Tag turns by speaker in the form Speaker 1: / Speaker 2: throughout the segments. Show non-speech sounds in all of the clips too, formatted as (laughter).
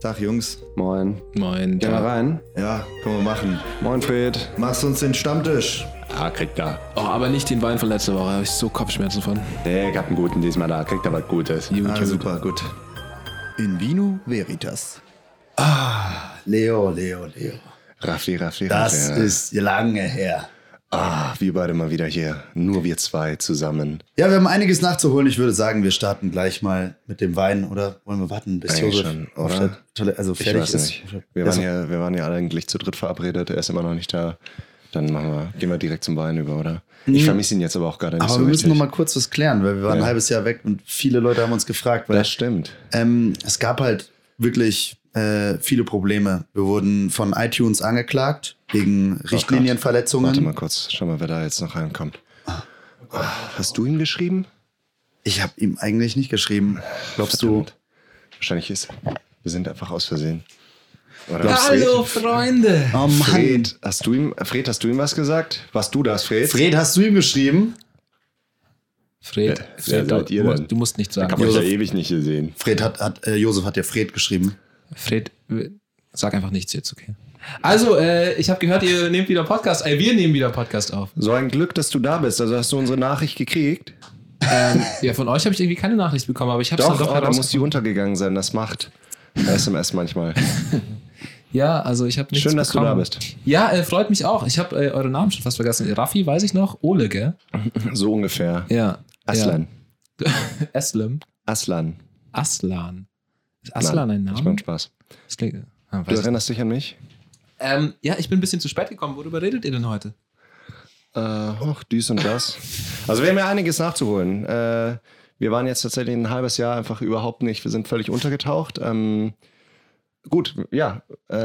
Speaker 1: Tag, Jungs.
Speaker 2: Moin.
Speaker 3: Moin.
Speaker 2: Geh mal
Speaker 3: Ja.
Speaker 2: rein.
Speaker 1: Ja, können wir machen.
Speaker 2: Moin, Fred.
Speaker 1: Machst uns den Stammtisch.
Speaker 3: Ah, kriegt da. Oh, aber nicht den Wein von letzter Woche. Da habe ich so Kopfschmerzen von.
Speaker 2: Nee, ich hab einen guten diesmal da. Kriegt er was Gutes. Also,
Speaker 3: Gut,
Speaker 1: Ah,
Speaker 3: gut.
Speaker 1: super, gut. In vino veritas. Ah, Leo, Leo, Leo.
Speaker 2: Raffi, Raffi,
Speaker 1: Das
Speaker 2: Raffi.
Speaker 1: ist lange her.
Speaker 2: Ah, wir beide mal wieder hier. Nur wir zwei zusammen.
Speaker 1: Ja, wir haben einiges nachzuholen. Ich würde sagen, wir starten gleich mal mit dem Wein oder wollen wir warten, bis
Speaker 2: Eigentlich
Speaker 1: Josef
Speaker 2: schon,
Speaker 1: auf
Speaker 2: oder?
Speaker 1: der Toilette, also
Speaker 2: Ich
Speaker 1: fertig
Speaker 2: weiß
Speaker 1: ist. Also-
Speaker 2: nicht. Wir waren, ja, wir waren ja eigentlich zu dritt verabredet. Er ist immer noch nicht da. Dann machen wir, gehen wir direkt zum Wein über, oder? Ich vermisse ihn jetzt aber auch gerade nicht
Speaker 1: aber
Speaker 2: so
Speaker 1: wir müssen
Speaker 2: richtig.
Speaker 1: noch mal kurz was klären, weil wir waren ein
Speaker 2: Ja.
Speaker 1: halbes Jahr weg und viele Leute haben uns gefragt, weil
Speaker 2: das stimmt.
Speaker 1: Ähm, es gab halt wirklich äh, viele Probleme. Wir wurden von iTunes angeklagt wegen
Speaker 2: Warte
Speaker 1: Richtlinienverletzungen.
Speaker 2: mal kurz. Schau mal, wer da jetzt noch reinkommt. Ah, Hast du ihm geschrieben?
Speaker 1: ich habe ihm eigentlich nicht geschrieben. Glaubst du?
Speaker 2: Verdammt. Wahrscheinlich ist. Wir sind einfach aus Versehen. Oder?
Speaker 3: Hallo, Freunde.
Speaker 1: Oh Mann. Fred.
Speaker 2: Fred, hast du ihm, Fred, hast du ihm was gesagt? Warst du das, Fred?
Speaker 1: hast du ihm geschrieben?
Speaker 3: Fred,
Speaker 2: Wer- wer
Speaker 3: Fred
Speaker 2: seid
Speaker 3: du,
Speaker 2: ihr
Speaker 3: du
Speaker 2: denn?
Speaker 3: musst- du musst nichts
Speaker 2: Ich
Speaker 3: sagen.
Speaker 2: habe euch ja
Speaker 1: Josef.
Speaker 2: ewig nicht gesehen.
Speaker 1: Fred hat, hat äh, Josef hat ja Fred geschrieben.
Speaker 3: Fred, w- sag einfach nichts jetzt, okay? Also, äh, ich habe gehört, ihr nehmt wieder Podcast. Äh, wir nehmen wieder Podcast auf.
Speaker 2: So ein Glück, dass du da bist. Also hast du unsere Nachricht gekriegt?
Speaker 3: Ja, von euch habe ich irgendwie keine Nachricht bekommen, aber ich habe es
Speaker 2: Ähm, Doch,
Speaker 3: dann
Speaker 2: oh,
Speaker 3: doch
Speaker 2: da muss die
Speaker 3: herausgefunden.
Speaker 2: untergegangen sein. Das macht SMS manchmal.
Speaker 3: Ja, also ich habe nichts
Speaker 2: Schön, dass du
Speaker 3: bekommen.
Speaker 2: da bist.
Speaker 3: Ja, äh, freut mich auch. Ich habe äh, eure Namen schon fast vergessen. Raffi, weiß ich noch. Ole, gell?
Speaker 2: So ungefähr.
Speaker 3: Ja. (laughs)
Speaker 2: Aslan.
Speaker 3: Ja. Eslem.
Speaker 2: Aslan.
Speaker 3: Aslan. Ist Aslan
Speaker 2: Nein, Ich
Speaker 3: ein
Speaker 2: mein
Speaker 3: Name?
Speaker 2: Spaß.
Speaker 3: Das klingt, ah,
Speaker 2: Du
Speaker 3: weiß ich.
Speaker 2: erinnerst dich an mich?
Speaker 3: Ähm, ja, ich bin ein bisschen zu spät gekommen. Worüber redet ihr denn heute?
Speaker 2: Äh, och, dies und das. Also wir haben ja einiges nachzuholen. Äh, wir waren jetzt tatsächlich ein halbes Jahr einfach überhaupt nicht. Wir sind völlig untergetaucht. Ähm, gut, ja. Äh,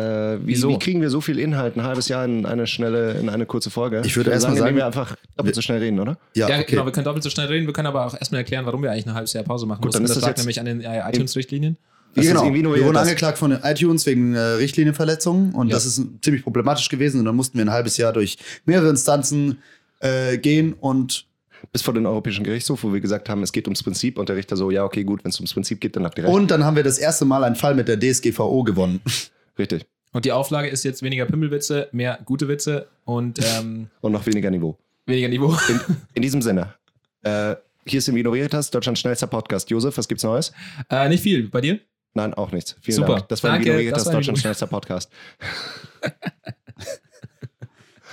Speaker 2: wie,
Speaker 3: Wieso?
Speaker 2: wie kriegen wir so viel Inhalt ein halbes Jahr in eine schnelle, in eine kurze Folge?
Speaker 1: Ich würde erst mal
Speaker 2: indem
Speaker 1: sagen-
Speaker 2: wir einfach doppelt so schnell reden, oder?
Speaker 1: Ja,
Speaker 3: Ja,
Speaker 1: okay.
Speaker 3: genau, wir können doppelt so schnell reden, wir können aber auch erstmal erklären, warum wir eigentlich ein halbes Jahr Pause machen
Speaker 2: Gut, dann
Speaker 3: mussten.
Speaker 2: ist das
Speaker 3: Das lag
Speaker 2: jetzt
Speaker 3: nämlich an den äh, iTunes-Richtlinien.
Speaker 1: Ja,
Speaker 2: Das ist
Speaker 1: genau.
Speaker 2: irgendwie nur
Speaker 1: wir wurden
Speaker 2: das-
Speaker 1: angeklagt von den iTunes wegen äh, Richtlinienverletzungen und
Speaker 3: Ja.
Speaker 1: das ist ziemlich problematisch gewesen und dann mussten wir ein halbes Jahr durch mehrere Instanzen äh, gehen und
Speaker 2: Bis vor den Europäischen Gerichtshof, wo wir gesagt haben, es geht ums Prinzip und der Richter so, ja, okay, gut, wenn es ums Prinzip geht, dann habt ihr recht.
Speaker 1: Und dann haben wir das erste Mal einen Fall mit der DSGVO gewonnen.
Speaker 2: Richtig.
Speaker 3: Und die Auflage ist jetzt weniger Pimmelwitze, mehr gute Witze und ähm, (laughs)
Speaker 2: Und noch weniger Niveau.
Speaker 3: weniger Niveau.
Speaker 2: In diesem Sinne, äh, hier ist Ignorieritas, Deutschlands schnellster Podcast. Josef, was gibt's Neues?
Speaker 3: äh, nicht viel. Bei dir?
Speaker 2: Nein, auch nichts. Vielen
Speaker 3: Super.
Speaker 2: Dank. Das war
Speaker 3: Danke,
Speaker 2: Ignorieritas,
Speaker 3: das war
Speaker 2: Deutschlands schnellster Podcast. (laughs)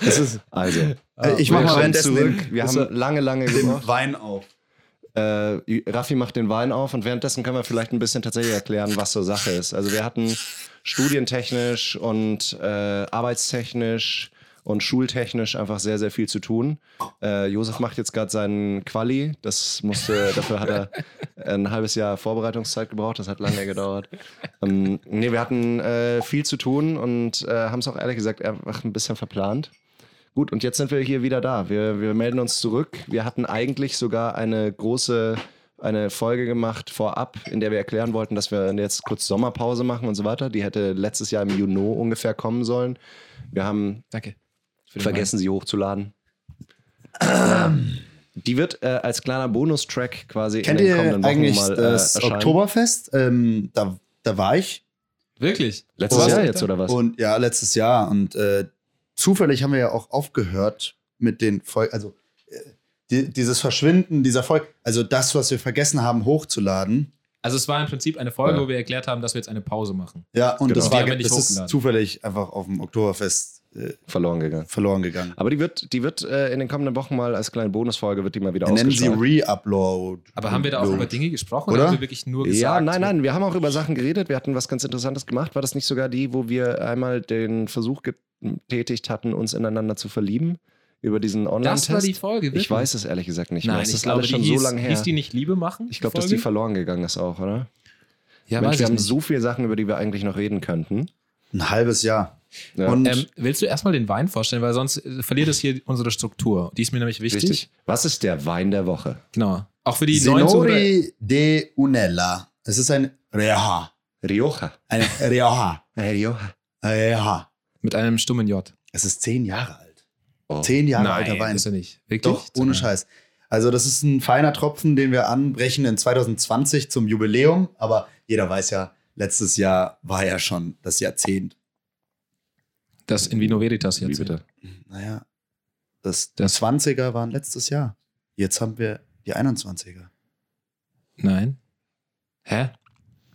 Speaker 1: Das ist,
Speaker 2: Also,
Speaker 1: äh, ich
Speaker 3: Ah, wir
Speaker 1: mach mal
Speaker 3: kommen
Speaker 1: währenddessen
Speaker 2: zurück.
Speaker 1: den,
Speaker 2: Wir haben lange, lange
Speaker 1: den
Speaker 2: gebraucht.
Speaker 1: Wein auf.
Speaker 2: Äh, Raffi macht den Wein auf und währenddessen können wir vielleicht ein bisschen tatsächlich erklären, was so Sache ist. Also wir hatten studientechnisch und äh, arbeitstechnisch und schultechnisch einfach sehr, sehr viel zu tun. Äh, Josef macht jetzt gerade seinen Quali. Das musste, dafür hat er ein halbes Jahr Vorbereitungszeit gebraucht. Das hat lange gedauert. Ähm, nee, wir hatten äh, viel zu tun und äh, haben es auch ehrlich gesagt einfach ein bisschen verplant. Gut, und jetzt sind wir hier wieder da. Wir, wir melden uns zurück. Wir hatten eigentlich sogar eine große eine Folge gemacht vorab, in der wir erklären wollten, dass wir jetzt kurz Sommerpause machen und so weiter. Die hätte letztes Jahr im Juni ungefähr kommen sollen. Wir haben
Speaker 3: Danke. für den
Speaker 2: vergessen, sie hochzuladen. Die wird äh, als kleiner Bonustrack quasi
Speaker 1: Kennt
Speaker 2: in
Speaker 1: ihr
Speaker 2: den kommenden Wochen
Speaker 1: eigentlich
Speaker 2: mal äh,
Speaker 1: das
Speaker 2: erscheinen.
Speaker 1: Oktoberfest? Ähm, da, da war ich.
Speaker 3: Wein. Wirklich?
Speaker 2: Letztes
Speaker 3: Was?
Speaker 2: Jahr jetzt, oder was?
Speaker 1: Und ja, letztes Jahr. Und äh, zufällig haben wir ja auch aufgehört mit den Folgen. Also äh, die, dieses Verschwinden dieser Folgen. Also das, was wir vergessen haben, hochzuladen.
Speaker 3: Also es war im Prinzip eine Folge,
Speaker 2: Ja.
Speaker 3: wo wir erklärt haben, dass wir jetzt eine Pause machen.
Speaker 1: Ja, und
Speaker 2: Genau.
Speaker 1: das,
Speaker 3: Die
Speaker 1: war,
Speaker 3: haben wir nicht
Speaker 1: das ist
Speaker 3: hochgeladen.
Speaker 1: zufällig einfach auf dem Oktoberfest äh,
Speaker 2: Verloren gegangen.
Speaker 1: verloren gegangen.
Speaker 2: Aber die wird, die wird äh, in den kommenden Wochen mal als kleine Bonusfolge wird die mal wieder
Speaker 1: Wir nennen sie
Speaker 2: ausgestrahlt.
Speaker 1: Re-Upload.
Speaker 3: Aber haben wir da auch über Dinge gesprochen
Speaker 1: Oder?
Speaker 3: haben wir wirklich nur gesagt? ne?
Speaker 2: Ja, nein, nein, wir haben auch über Sachen geredet. Wir hatten was ganz Interessantes gemacht. War das nicht sogar die, wo wir einmal den Versuch getätigt hatten, uns ineinander zu verlieben? Über diesen
Speaker 3: Das war die
Speaker 2: Online-Test?
Speaker 3: Folge, wirklich?
Speaker 2: Ich weiß es ehrlich gesagt nicht. mehr.
Speaker 3: Nein,
Speaker 2: Es
Speaker 3: ich
Speaker 2: ist
Speaker 3: glaube,
Speaker 2: alles schon
Speaker 3: die hieß,
Speaker 2: so lange her.
Speaker 3: hieß die nicht Liebe machen?
Speaker 2: ich glaube, dass die
Speaker 3: Folge?
Speaker 2: verloren gegangen ist auch, oder?
Speaker 3: Ja,
Speaker 2: Mensch,
Speaker 3: weiß
Speaker 2: wir
Speaker 3: ich
Speaker 2: haben
Speaker 3: nicht.
Speaker 2: so viele Sachen, über die wir eigentlich noch reden könnten.
Speaker 1: Ein halbes Jahr.
Speaker 2: Ja,
Speaker 1: Und
Speaker 3: Ähm, willst du erstmal den Wein vorstellen, weil sonst äh, verliert es hier unsere Struktur. Die ist mir nämlich wichtig.
Speaker 2: richtig. Was ist der Wein der Woche?
Speaker 3: Genau. Auch für die neuen Zuhörer.
Speaker 1: Senori de Unella. Es ist ein Reha.
Speaker 2: Rioja.
Speaker 1: Ein Reha.
Speaker 3: Äh,
Speaker 2: Rioja.
Speaker 1: Reha.
Speaker 3: Mit einem stummen J.
Speaker 1: Es ist zehn Jahre alt.
Speaker 2: Oh.
Speaker 1: Zehn Jahre
Speaker 3: Nein,
Speaker 1: alter Wein.
Speaker 3: ist er nicht. ne? Wirklich?
Speaker 1: Doch, ohne Scheiß. Also das ist ein feiner Tropfen, den wir anbrechen in 2020 zum Jubiläum. Aber jeder weiß ja, letztes Jahr war ja schon das Jahrzehnt.
Speaker 3: Das in Vino Veritas
Speaker 2: Wie
Speaker 3: jetzt.
Speaker 2: bitte?
Speaker 1: Naja, das,
Speaker 3: Das-
Speaker 1: 20er waren letztes Jahr. Jetzt haben wir die 21er.
Speaker 3: Nein. Hä?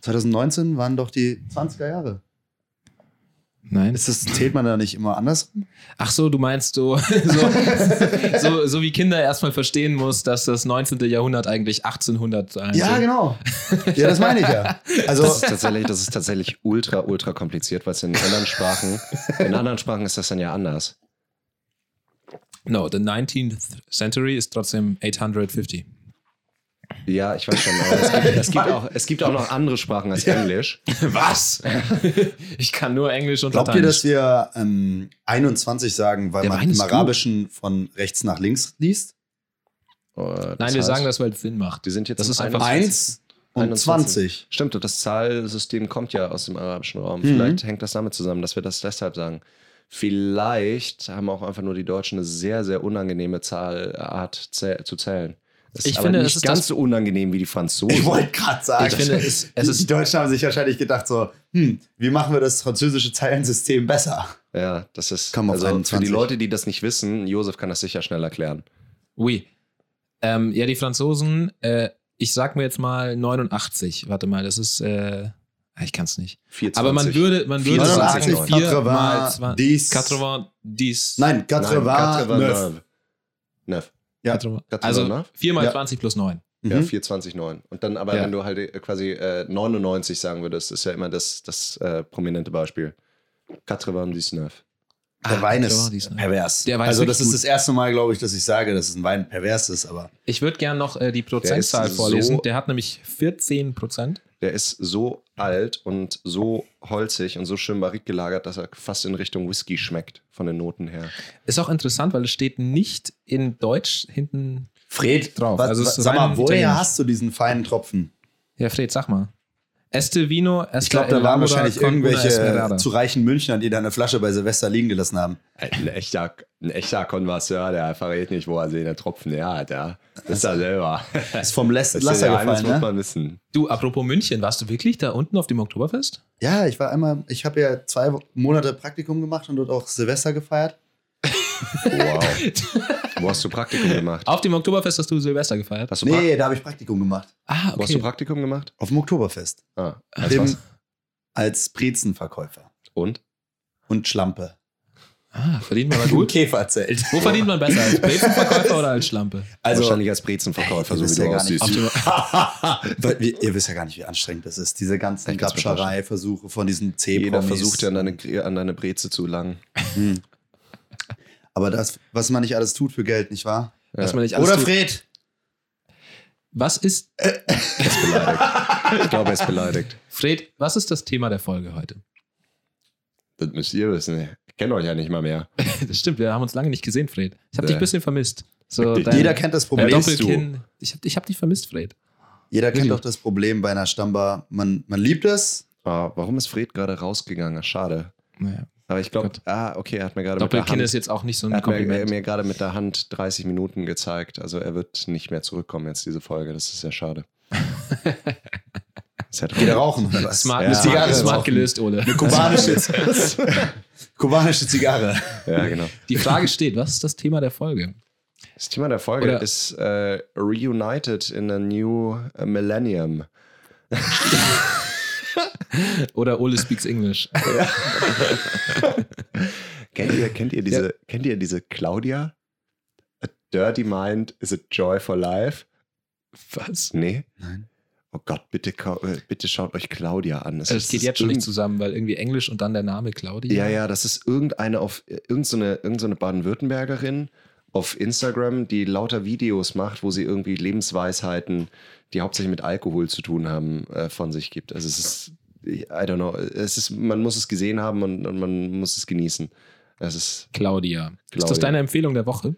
Speaker 1: 2019 waren doch die 20er Jahre.
Speaker 3: Nein.
Speaker 1: Ist das, zählt man da nicht immer anders?
Speaker 3: (laughs) Ach so, du (laughs) meinst so, so, so, so wie Kinder erstmal verstehen muss, dass das 19. Jahrhundert eigentlich 1800 sein soll.
Speaker 1: genau. Ja, das meine ich ja.
Speaker 2: Das
Speaker 1: Also,
Speaker 2: ist tatsächlich, das ist tatsächlich ultra, ultra kompliziert, weil es in anderen Sprachen, in anderen Sprachen ist das dann ja anders.
Speaker 1: genau.
Speaker 3: No, the 19th century ist trotzdem 850.
Speaker 2: Ja, ich weiß schon. Aber es, gibt, es,
Speaker 3: (laughs)
Speaker 2: gibt auch, es gibt auch noch andere Sprachen als Englisch.
Speaker 3: Was? (laughs) ich kann nur Englisch und
Speaker 1: glaubt ihr,
Speaker 3: Lateinisch.
Speaker 1: dass wir ähm, 21 sagen, weil
Speaker 3: Der
Speaker 1: man
Speaker 3: Wein ist
Speaker 1: im
Speaker 3: gut.
Speaker 1: Arabischen von rechts nach links liest?
Speaker 2: Äh, das
Speaker 3: Nein, wir
Speaker 2: heißt,
Speaker 3: sagen das, weil es Sinn macht.
Speaker 2: Die sind jetzt
Speaker 3: Das
Speaker 2: im
Speaker 3: ist einfach-
Speaker 1: 1 und
Speaker 2: 21.
Speaker 1: 20.
Speaker 2: Stimmt, und das Zahlsystem kommt ja aus dem arabischen Raum.
Speaker 1: Mhm.
Speaker 2: Vielleicht hängt das damit zusammen, dass wir das deshalb sagen. Vielleicht haben auch einfach nur die Deutschen eine sehr, sehr unangenehme Zahlart zäh- zu zählen. Es
Speaker 3: Ich finde,
Speaker 2: nicht
Speaker 3: es ist
Speaker 2: ganz
Speaker 3: das-
Speaker 2: so unangenehm wie die Franzosen.
Speaker 1: Ich wollte gerade sagen.
Speaker 3: Ich finde, es, es
Speaker 1: die, die
Speaker 3: ist.
Speaker 1: Deutschen haben sich wahrscheinlich gedacht so, hm, wie machen wir das französische Zeilensystem besser?
Speaker 2: Ja, das ist.
Speaker 1: Komm auf
Speaker 2: also für die
Speaker 1: 21.
Speaker 2: Leute, die das nicht wissen, Josef kann das sicher schnell erklären.
Speaker 3: Oui. Ähm, ja, die Franzosen, äh, ich sag mir jetzt mal 89. Warte mal, das ist. Äh, ah, ich kann es nicht.
Speaker 2: 24.
Speaker 3: Aber man würde, man würde
Speaker 2: 24,
Speaker 3: sagen, 4 mal
Speaker 1: 80,
Speaker 3: 20.
Speaker 1: 10,
Speaker 3: 90.
Speaker 1: Nein,
Speaker 2: Nein,
Speaker 1: 80 war
Speaker 2: Quatre war
Speaker 1: 9.
Speaker 2: neuf. Neuf.
Speaker 1: Ja.
Speaker 3: Also
Speaker 2: Katrin,
Speaker 3: 4 mal
Speaker 1: Ja.
Speaker 3: 20 plus 9.
Speaker 2: Ja,
Speaker 1: Mhm.
Speaker 2: 24, 9. Und dann aber,
Speaker 3: Ja.
Speaker 2: wenn du halt äh, quasi äh, 99 sagen würdest, ist ja immer das, das äh, prominente Beispiel. Quatre waren dies neuf.
Speaker 1: Der Wein
Speaker 3: Ah,
Speaker 1: ist
Speaker 3: die ist-
Speaker 1: pervers.
Speaker 3: Der Wein ist
Speaker 1: also das
Speaker 3: wirklich
Speaker 1: ist das erste Mal, glaube ich, dass ich sage, dass es ein Wein pervers ist, aber
Speaker 3: Ich würde gern noch äh, die
Speaker 2: Der
Speaker 3: Prozentzahl
Speaker 2: ist
Speaker 3: vorlesen.
Speaker 2: so-
Speaker 3: Der hat nämlich 14 Prozent.
Speaker 2: Der ist so alt und so holzig und so schön barit gelagert, dass er fast in Richtung Whisky schmeckt, von den Noten her.
Speaker 3: Ist auch interessant, weil es steht nicht in Deutsch hinten
Speaker 1: Fred,
Speaker 3: drauf.
Speaker 1: was,
Speaker 3: Also es
Speaker 1: was,
Speaker 3: ist
Speaker 1: sag mal,
Speaker 3: rein
Speaker 1: woher
Speaker 3: italienisch.
Speaker 1: hast du diesen feinen Tropfen?
Speaker 3: Ja, Fred, sag mal. Este Vino, Este
Speaker 1: Ich glaube, da
Speaker 3: Elabora
Speaker 1: waren wahrscheinlich
Speaker 3: con una
Speaker 1: irgendwelche
Speaker 3: Esmeralda.
Speaker 1: zu reichen Münchner, die da eine Flasche bei Silvester liegen gelassen haben.
Speaker 2: Äh, Ein echter, ein echter Konverseur, der verrät nicht, wo er den Tropfen her hat. Ja. Ist er selber.
Speaker 1: Ist vom Lester gefallen, ne?
Speaker 2: man wissen.
Speaker 3: Du, apropos München, warst du wirklich da unten auf dem Oktoberfest?
Speaker 1: Ja, ich war einmal, ich habe ja zwei Monate Praktikum gemacht und dort auch Silvester gefeiert.
Speaker 2: Wow. Wo hast du (laughs) Praktikum gemacht?
Speaker 3: Auf dem Oktoberfest hast du Silvester gefeiert?
Speaker 2: Hast du, pra
Speaker 1: Nee, da habe ich Praktikum gemacht.
Speaker 3: Ah,
Speaker 2: wo hast du Praktikum gemacht?
Speaker 1: Auf dem Oktoberfest.
Speaker 2: Ah, als
Speaker 1: Im,
Speaker 2: was?
Speaker 1: als Brezenverkäufer
Speaker 2: Und?
Speaker 1: und Schlampe.
Speaker 3: ah, verdient man da
Speaker 1: (laughs)
Speaker 3: gut?
Speaker 1: Käferzelt.
Speaker 3: Wo verdient man besser, als Brezenverkäufer oder als Schlampe?
Speaker 1: Also,
Speaker 2: Wahrscheinlich als Brezenverkäufer,
Speaker 1: Ey, ihr
Speaker 2: so wie
Speaker 1: wisst
Speaker 2: du
Speaker 1: ja gar
Speaker 2: aussiehst.
Speaker 1: nicht. (laughs) weil, wir- ihr wisst ja gar nicht, wie anstrengend das ist. Diese ganzen
Speaker 2: Ich kann's mir
Speaker 1: Grabscherei-Versuche von diesen c
Speaker 2: Jeder versucht ja an deine, an deine Breze zu langen.
Speaker 1: Hm. Aber das, was man nicht alles tut für Geld, nicht wahr?
Speaker 3: Dass man nicht alles
Speaker 1: Oder
Speaker 3: tut.
Speaker 1: Fred!
Speaker 3: Was ist,
Speaker 2: (laughs) Ich glaube, er ist beleidigt.
Speaker 3: Fred, was ist das Thema der Folge heute? (laughs)
Speaker 2: Das müsst ihr wissen. Ich kenne euch ja nicht mal mehr.
Speaker 3: Das stimmt, wir haben uns lange nicht gesehen, Fred. Ich habe
Speaker 2: Nee.
Speaker 3: dich ein bisschen vermisst. So, dein-
Speaker 1: Jeder kennt das
Speaker 3: dein
Speaker 1: Problem.
Speaker 2: bist
Speaker 3: Doppelkinn. Ich habe ich hab dich vermisst, Fred.
Speaker 1: Jeder kennt
Speaker 3: Wirklich?
Speaker 1: doch das Problem bei einer Stammbar. Man, man liebt es.
Speaker 2: Ah, warum ist Fred gerade rausgegangen? Ah, Schade.
Speaker 3: Naja.
Speaker 2: Aber ich glaube,
Speaker 3: Gott.
Speaker 2: ah, okay, er hat mir gerade mit der
Speaker 3: Doppelkinn
Speaker 2: Hand,
Speaker 3: ist jetzt auch nicht so
Speaker 2: er
Speaker 3: ein
Speaker 2: hat mir, mir,
Speaker 3: Kompliment.
Speaker 2: mir gerade mit der Hand 30 Minuten gezeigt. Also er wird nicht mehr zurückkommen jetzt diese Folge. Das ist sehr
Speaker 3: (laughs)
Speaker 2: schade. Ist halt ja traurig.
Speaker 1: Geht er rauchen. oder was?
Speaker 3: Smart,
Speaker 2: Ja.
Speaker 3: smart,
Speaker 1: Zigarre
Speaker 3: smart
Speaker 1: rauchen.
Speaker 3: gelöst, Ole.
Speaker 1: Eine kubanische, kubanische Zigarre.
Speaker 2: (laughs) Ja, genau.
Speaker 3: (laughs) Die Frage steht, was ist das Thema der Folge?
Speaker 2: Das Thema der Folge
Speaker 3: Oder-
Speaker 2: ist äh, Reunited in a New äh, Millennium.
Speaker 3: Oder Ole
Speaker 2: (laughs)
Speaker 3: speaks English.
Speaker 2: Kennt ihr, kennt ihr, diese, kennt ihr diese Claudia? A dirty mind is a joy for life?
Speaker 3: Was?
Speaker 2: Nee.
Speaker 1: Nein.
Speaker 2: Oh Gott, bitte, kau- äh, bitte schaut euch Claudia an.
Speaker 3: Also es
Speaker 2: ist-
Speaker 3: geht
Speaker 2: ist
Speaker 3: jetzt schon
Speaker 2: irgend-
Speaker 3: nicht zusammen, weil irgendwie Englisch und dann der Name Claudia.
Speaker 2: Ja, ja, das ist irgendeine auf äh, irgendeine, irgendeine Baden-Württembergerin auf Instagram, die lauter Videos macht, wo sie irgendwie Lebensweisheiten, die hauptsächlich mit Alkohol zu tun haben, äh, von sich gibt. Also es ist, ich- I don't know, es ist, man muss es gesehen haben und, und man muss es genießen. Es ist,
Speaker 3: Claudia. Ist das
Speaker 2: Claudia. Äh.
Speaker 3: deine Empfehlung der Woche?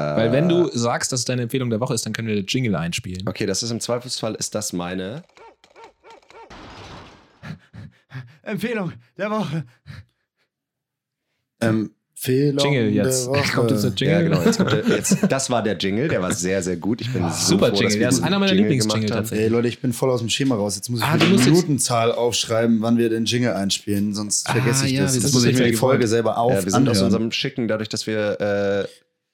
Speaker 3: Weil wenn du sagst, dass es deine Empfehlung der Woche ist, dann können wir den Jingle einspielen.
Speaker 2: okay, das ist im Zweifelsfall, ist das meine.
Speaker 4: Empfehlung der Woche.
Speaker 1: Ähm, Fehlung
Speaker 3: Jingle
Speaker 1: der
Speaker 3: jetzt.
Speaker 1: Woche.
Speaker 3: Kommt jetzt der Jingle?
Speaker 2: Ja, genau. Jetzt kommt der, jetzt, das war der Jingle, der war sehr, sehr gut. Ich bin so
Speaker 3: Ah, Super
Speaker 2: froh, dass
Speaker 3: Jingle,
Speaker 2: wir
Speaker 3: der ist
Speaker 2: diesen
Speaker 3: einer meiner
Speaker 2: Jingle
Speaker 3: Lieblingsjingle
Speaker 2: gemacht haben.
Speaker 3: tatsächlich.
Speaker 1: Ey, Leute, ich bin voll aus dem Schema raus. Jetzt muss ich
Speaker 3: Ah,
Speaker 1: mir
Speaker 3: du
Speaker 1: die
Speaker 3: musst jetzt-
Speaker 1: Minutenzahl aufschreiben, wann wir den Jingle einspielen, sonst
Speaker 3: Ah,
Speaker 1: vergesse ich
Speaker 3: ja,
Speaker 1: das. Das
Speaker 3: wir sind
Speaker 1: muss
Speaker 3: uns
Speaker 1: ich
Speaker 3: nicht
Speaker 1: mir
Speaker 3: mehr
Speaker 1: die Folge
Speaker 3: gewohnt.
Speaker 1: selber auf
Speaker 2: Ja, Äh, wir sind aus
Speaker 1: anhören.
Speaker 2: unserem Schicken, dadurch, dass wir äh,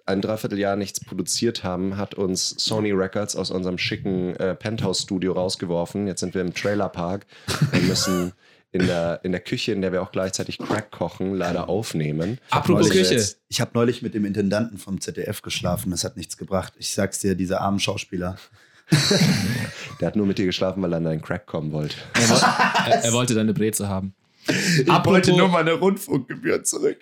Speaker 2: ein Dreivierteljahr nichts produziert haben, hat uns Sony Records aus unserem schicken äh, Penthouse-Studio rausgeworfen. Jetzt sind wir im Trailerpark und müssen in der, in der Küche, in der wir auch gleichzeitig Crack kochen, leider aufnehmen.
Speaker 3: (laughs) Apropos
Speaker 2: Weil wir
Speaker 3: Küche.
Speaker 2: jetzt-
Speaker 1: Ich habe neulich mit dem Intendanten vom ZDF geschlafen, das hat nichts gebracht. Ich sag's dir, dieser armen Schauspieler.
Speaker 2: Der hat nur mit dir geschlafen, weil er an deinen Crack kommen wollte.
Speaker 3: Er,
Speaker 1: (laughs)
Speaker 3: woll- er, er wollte deine Breze haben.
Speaker 2: Äh,
Speaker 1: Ich
Speaker 3: Apropos-
Speaker 1: wollte nur meine Rundfunkgebühr (laughs) zurück.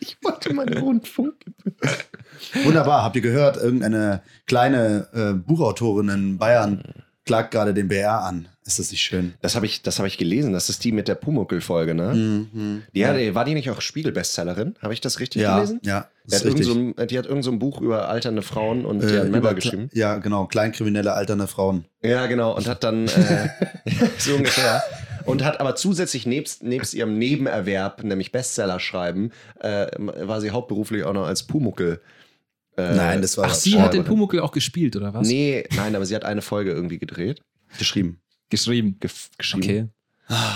Speaker 2: Ich wollte meinen Rundfunk.
Speaker 1: Wunderbar, habt ihr gehört, irgendeine kleine äh, Buchautorin in Bayern klagt gerade den BR an. Ist das nicht schön?
Speaker 2: Das habe ich, das hab ich gelesen. Das ist die mit der Pumuckel-Folge, ne? Die hat, war die nicht auch Spiegel-Bestsellerin? Habe ich das richtig
Speaker 1: Mhm. Ja,
Speaker 2: gelesen?
Speaker 1: ja.
Speaker 2: Die hat,
Speaker 1: Ist
Speaker 2: irgend
Speaker 1: richtig.
Speaker 2: so ein, die hat irgend so ein Buch über alternde Frauen und die
Speaker 1: Äh,
Speaker 2: hat einen Member
Speaker 1: über-
Speaker 2: geschrieben.
Speaker 1: Ja, genau, kleinkriminelle alternde Frauen.
Speaker 2: Ja, genau. Und
Speaker 1: (laughs)
Speaker 2: hat dann äh, (laughs) so ungefähr. Und hat aber zusätzlich nebst, nebst ihrem Nebenerwerb, nämlich Bestseller schreiben, äh, war sie hauptberuflich auch noch als Pumuckel. äh,
Speaker 1: Nein, das war
Speaker 3: Ach, sie hat den Pumuckl auch gespielt, oder was?
Speaker 2: ne? Nee, nein, aber sie hat eine Folge irgendwie gedreht,
Speaker 1: geschrieben.
Speaker 3: Geschrieben.
Speaker 2: gef- geschrieben.
Speaker 3: Okay.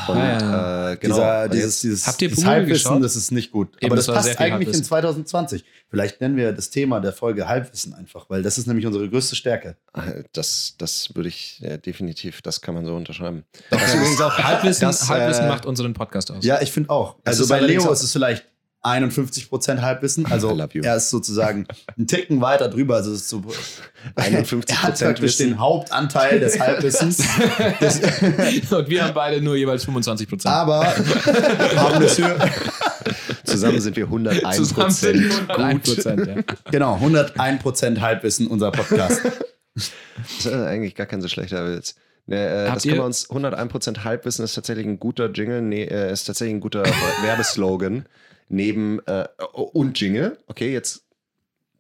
Speaker 2: Und,
Speaker 3: Ah, ja,
Speaker 2: Äh, genau.
Speaker 1: Dieser,
Speaker 2: Und
Speaker 1: dieses,
Speaker 2: jetzt-
Speaker 1: dieses,
Speaker 3: Habt ihr
Speaker 1: dieses
Speaker 3: Pumuckl
Speaker 1: Halbwissen,
Speaker 3: geschaut?
Speaker 1: das ist nicht gut.
Speaker 3: Eben,
Speaker 1: Aber das,
Speaker 3: das war sehr
Speaker 1: passt
Speaker 3: viel
Speaker 1: eigentlich in
Speaker 3: Halbwissen.
Speaker 1: 2020. Vielleicht nennen wir das Thema der Folge Halbwissen einfach, weil das ist nämlich unsere größte Stärke.
Speaker 2: äh, das, das würde ich äh, definitiv, das kann man
Speaker 1: (laughs)
Speaker 2: so unterschreiben.
Speaker 3: Das übrigens auch Halbwissen,
Speaker 2: das, äh,
Speaker 3: Halbwissen macht unseren Podcast aus.
Speaker 1: Ja, ich finde auch. Also
Speaker 2: ist
Speaker 1: bei
Speaker 2: allerdings
Speaker 1: Leo
Speaker 2: auch-
Speaker 1: ist es vielleicht 51% Halbwissen.
Speaker 2: I
Speaker 1: Also
Speaker 2: love you.
Speaker 1: er ist sozusagen einen Ticken weiter drüber. Also es ist
Speaker 2: (laughs)
Speaker 1: so,
Speaker 2: 51
Speaker 1: er hat praktisch
Speaker 2: Wissen.
Speaker 1: den Hauptanteil des
Speaker 2: (laughs)
Speaker 1: Halbwissens.
Speaker 3: (laughs) Und wir haben beide nur jeweils 25 Prozent.
Speaker 2: Ah,
Speaker 1: aber haben es höher.
Speaker 2: Zusammen
Speaker 1: (laughs)
Speaker 2: sind wir 101 Prozent.
Speaker 3: 101 Prozent.
Speaker 2: (laughs)
Speaker 3: Ja.
Speaker 1: Genau, 101% Halbwissen unser Podcast.
Speaker 2: Das ist eigentlich gar kein so schlechter Witz. Ne, äh,
Speaker 3: Habt
Speaker 2: das können
Speaker 3: ihr-
Speaker 2: wir uns 101% Halbwissen ist tatsächlich ein guter Jingle, nee, äh, ist tatsächlich
Speaker 1: (laughs)
Speaker 2: ein guter Werbeslogan. Neben äh, oh, und Jingle. Okay, jetzt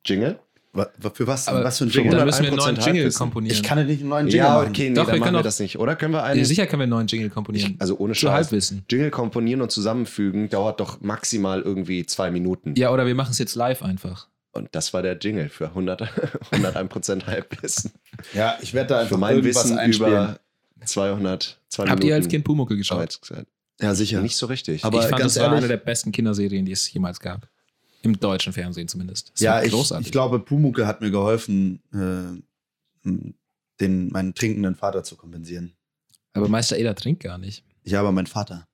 Speaker 2: Jingle.
Speaker 1: Wa- wa- Für was?
Speaker 3: Aber
Speaker 1: was für ein
Speaker 2: für
Speaker 1: Jingle?
Speaker 3: Dann müssen wir einen neuen
Speaker 2: 101%
Speaker 3: Jingle
Speaker 2: Halbwissen.
Speaker 3: komponieren.
Speaker 1: Ich kann ja nicht einen neuen Jingle
Speaker 2: ja,
Speaker 1: machen.
Speaker 2: okay, nee,
Speaker 3: Doch, wir
Speaker 2: dann machen
Speaker 3: können
Speaker 2: wir
Speaker 3: auch-
Speaker 2: das nicht. Oder können wir einen,
Speaker 3: Ja, sicher können wir einen neuen Jingle komponieren.
Speaker 2: also ohne
Speaker 3: Zu
Speaker 2: Scheiß,
Speaker 3: Halbwissen.
Speaker 2: Jingle komponieren und zusammenfügen dauert doch maximal irgendwie zwei Minuten.
Speaker 3: Ja, oder wir machen es jetzt live einfach.
Speaker 2: Und das war der Jingle für 100, (laughs) 101% Halbwissen.
Speaker 1: Ja, ich werde da
Speaker 2: Für
Speaker 1: einfach mal
Speaker 2: mein
Speaker 1: irgendwas
Speaker 2: Wissen
Speaker 1: einspielen.
Speaker 2: über 200, zwei
Speaker 3: Habt
Speaker 2: Minuten.
Speaker 3: ihr als Kind Pumuckl geschaut?
Speaker 2: Arbeits gesagt.
Speaker 1: ja, sicher.
Speaker 2: Nicht so richtig. (laughs)
Speaker 1: Aber
Speaker 3: ich fand,
Speaker 1: ganz
Speaker 3: das war
Speaker 1: ehrlich-
Speaker 3: eine der besten Kinderserien, die es jemals gab. Im deutschen Fernsehen zumindest. Das
Speaker 1: ja,
Speaker 3: war
Speaker 1: ich,
Speaker 3: großartig.
Speaker 1: ich glaube, Pumuke hat mir geholfen, äh, den, meinen trinkenden Vater zu kompensieren.
Speaker 3: Aber Meister Eder trinkt gar nicht.
Speaker 1: Ja, aber mein Vater.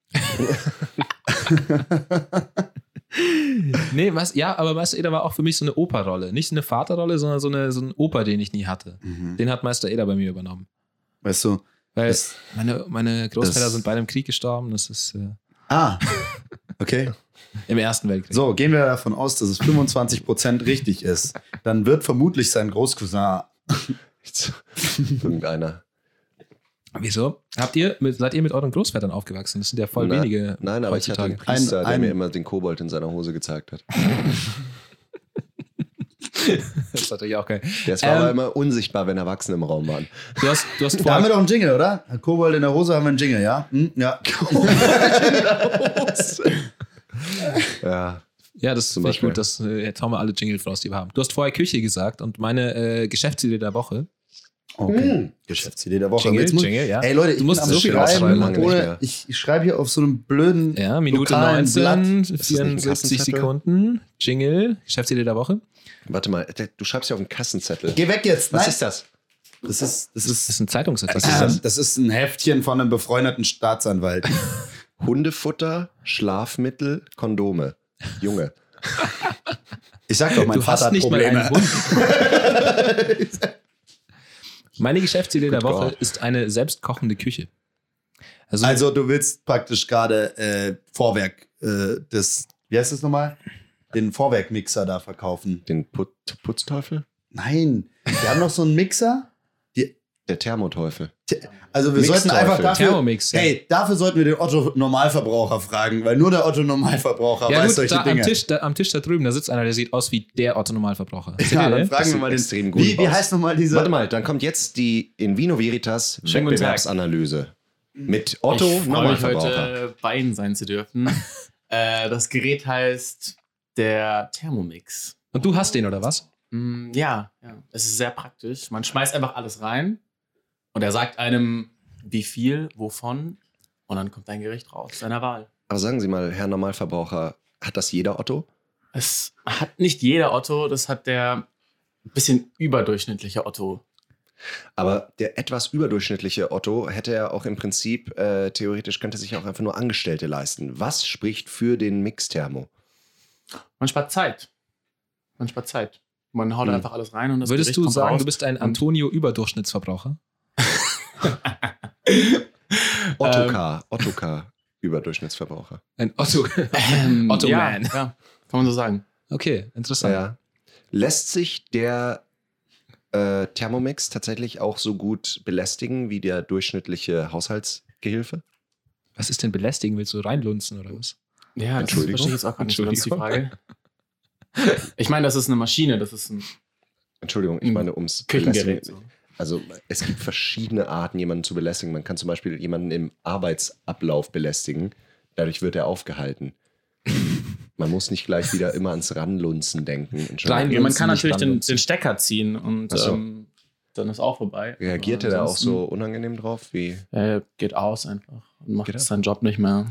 Speaker 3: Nee, was, ja, aber Meister Eder war auch für mich so eine Operrolle. Nicht eine Vaterrolle, sondern so, eine, so ein Opa, den ich nie hatte. Den hat Meister Eder bei mir übernommen.
Speaker 1: Weißt du?
Speaker 3: Weil
Speaker 1: Das-
Speaker 3: meine, meine Großväter
Speaker 1: das-
Speaker 3: sind beide im Krieg gestorben. Das ist äh,
Speaker 1: Ah, okay.
Speaker 3: im Ersten Weltkrieg.
Speaker 1: So, gehen wir davon aus, dass es 25% richtig ist. Dann wird vermutlich sein Großcousin.
Speaker 2: Nichts. Irgendeiner.
Speaker 3: Wieso? Habt ihr mit, seid ihr mit euren Großvätern aufgewachsen? Das sind ja (laughs) voll
Speaker 2: Nein,
Speaker 3: wenige
Speaker 2: Nein, aber ich hatte
Speaker 3: heutzutage. (laughs)
Speaker 2: einen Priester,
Speaker 1: Ein-
Speaker 2: der
Speaker 1: ein-
Speaker 2: mir immer den Kobold in seiner Hose gezeigt hat.
Speaker 3: das ist natürlich auch geil.
Speaker 2: Der war aber
Speaker 3: Ähm.
Speaker 2: immer unsichtbar, wenn Erwachsene im Raum waren.
Speaker 3: Du hast,
Speaker 1: (laughs)
Speaker 3: du hast
Speaker 1: Da haben wir
Speaker 3: vorher,
Speaker 1: doch einen Jingle, oder? Kobold in der Hose haben wir einen Jingle, ja? Hm? Ja.
Speaker 2: Ja.
Speaker 3: ja, das ist
Speaker 2: Zum
Speaker 3: nicht
Speaker 2: Beispiel.
Speaker 3: gut, dass äh, jetzt hauen wir alle Jingle raus, die wir haben. Du hast vorher Küche gesagt und meine äh, Geschäftsidee der Woche.
Speaker 1: Okay. Geschäftsidee der Woche.
Speaker 3: Mhm. Jingle,
Speaker 1: Aber jetzt muss-
Speaker 3: Jingle, ja.
Speaker 1: Ey Leute, ich
Speaker 3: du musst
Speaker 1: bin am
Speaker 3: so viel
Speaker 2: Schreiben
Speaker 3: ausschreiben.
Speaker 2: lange
Speaker 1: schreiben,
Speaker 2: nicht
Speaker 1: ohne,
Speaker 2: mehr.
Speaker 1: ich, ich schreibe hier auf so einem blöden
Speaker 3: Ja, Minute
Speaker 1: lokalen
Speaker 3: 19,
Speaker 2: das nicht ein
Speaker 3: 74
Speaker 2: Kassenzettel?
Speaker 3: Sekunden. Jingle, Geschäftsidee der Woche.
Speaker 2: Warte mal, der- du schreibst ja auf den Kassenzettel.
Speaker 1: Geh weg jetzt.
Speaker 2: Was
Speaker 1: Nein.
Speaker 2: ist das?
Speaker 1: Das ist, das
Speaker 3: Das
Speaker 1: ist,
Speaker 3: ist ein Zeitungsartikel.
Speaker 1: das ist, Also das ist, ein Heftchen von einem befreundeten Staatsanwalt.
Speaker 3: (laughs)
Speaker 2: Hundefutter, Schlafmittel, Kondome. Junge.
Speaker 1: Ich sag doch, mein
Speaker 3: du
Speaker 1: Vater
Speaker 3: hast
Speaker 1: hat
Speaker 3: nicht mal
Speaker 1: Probleme.
Speaker 3: einen Hund. (laughs) Meine Geschäftsidee der
Speaker 2: Good
Speaker 3: Woche
Speaker 2: God.
Speaker 3: ist eine selbstkochende Küche. Also,
Speaker 1: Also du willst praktisch gerade äh, Vorwerk äh, des, wie heißt das nochmal? Den Vorwerkmixer da verkaufen.
Speaker 2: Den Put Putzteufel?
Speaker 1: Nein, wir haben noch so einen Mixer.
Speaker 2: Der Thermoteufel.
Speaker 1: Also wir sollten
Speaker 2: Mixteufel.
Speaker 1: einfach dafür,
Speaker 3: Thermomix, ja.
Speaker 1: hey, dafür sollten wir den Otto Normalverbraucher fragen, weil nur der Otto Normalverbraucher
Speaker 3: ja
Speaker 1: weiß
Speaker 3: gut,
Speaker 1: solche
Speaker 3: da, am,
Speaker 1: Dinge.
Speaker 3: Tisch, da, am Tisch da drüben, da sitzt einer, der sieht aus wie der Otto Normalverbraucher. Seht
Speaker 1: ja,
Speaker 3: ihr
Speaker 1: dann
Speaker 3: den?
Speaker 1: fragen
Speaker 2: Das
Speaker 1: wir
Speaker 2: sind
Speaker 1: mal den.
Speaker 2: extrem guten
Speaker 1: Wie, wie
Speaker 2: Boss.
Speaker 1: heißt nochmal dieser?
Speaker 2: Warte mal, dann kommt jetzt die in Vino Veritas
Speaker 4: Schönen guten Tag.
Speaker 2: Wettbewerbsanalyse. Mit Otto
Speaker 4: Otto, ich freue mich
Speaker 2: Normalverbraucher.
Speaker 3: (laughs)
Speaker 4: heute bei Ihnen sein zu dürfen. Äh, das Gerät heißt der Thermomix.
Speaker 3: Und du hast den, oder was?
Speaker 4: Mm, ja, ja, es ist sehr praktisch. Man schmeißt einfach alles rein und er sagt einem, wie viel, wovon und dann kommt ein Gericht raus, seiner Wahl.
Speaker 2: Aber sagen Sie mal, Herr Normalverbraucher, hat das jeder Otto?
Speaker 4: Es hat nicht jeder Otto, das hat der ein bisschen überdurchschnittliche Otto.
Speaker 2: Aber der etwas überdurchschnittliche Otto hätte ja auch im Prinzip, äh, theoretisch könnte sich auch einfach nur Angestellte leisten. Was spricht für den Mixthermo?
Speaker 4: Man spart Zeit. Man spart Zeit. Man haut
Speaker 2: Hm.
Speaker 4: einfach alles rein und das
Speaker 3: Würdest
Speaker 4: Gericht
Speaker 3: du
Speaker 4: kommt
Speaker 3: sagen,
Speaker 4: raus.
Speaker 3: du bist ein Antonio-Überdurchschnittsverbraucher?
Speaker 2: Otto
Speaker 4: Ähm.
Speaker 2: K. Otto K. Überdurchschnittsverbraucher.
Speaker 3: Ein Otto. (laughs)
Speaker 4: Ähm,
Speaker 3: Otto
Speaker 4: ja,
Speaker 3: Man.
Speaker 4: Ja, kann man so sagen.
Speaker 3: Okay, interessant.
Speaker 2: Ja. Lässt sich der äh, Thermomix tatsächlich auch so gut belästigen wie der durchschnittliche Haushaltsgehilfe?
Speaker 3: Was ist denn belästigen? Willst du reinlunzen oder was?
Speaker 4: Ja, das
Speaker 2: Entschuldigung.
Speaker 4: verstehe ich jetzt auch gar nicht so ganz die Frage. (laughs) Ich meine, das ist eine Maschine, das ist ein
Speaker 2: Entschuldigung, ich
Speaker 4: Hm.
Speaker 2: meine ums
Speaker 4: Küchengerät.
Speaker 2: Belästigen. Also es gibt verschiedene Arten, jemanden zu belästigen. Man kann zum Beispiel jemanden im Arbeitsablauf belästigen. Dadurch wird er aufgehalten. Man muss nicht gleich wieder immer ans Ranlunzen denken. Entschuldigung.
Speaker 4: Ja, man kann
Speaker 3: Nicht
Speaker 4: natürlich den,
Speaker 3: ranlunzen.
Speaker 4: den Stecker ziehen und
Speaker 2: Ach so.
Speaker 4: ähm, dann ist auch vorbei.
Speaker 2: Reagiert er
Speaker 4: Aber
Speaker 2: da auch
Speaker 4: ansonsten,
Speaker 2: so unangenehm drauf? Wie?
Speaker 4: Äh, geht aus einfach und macht
Speaker 2: Geht aus.
Speaker 4: seinen Job nicht mehr.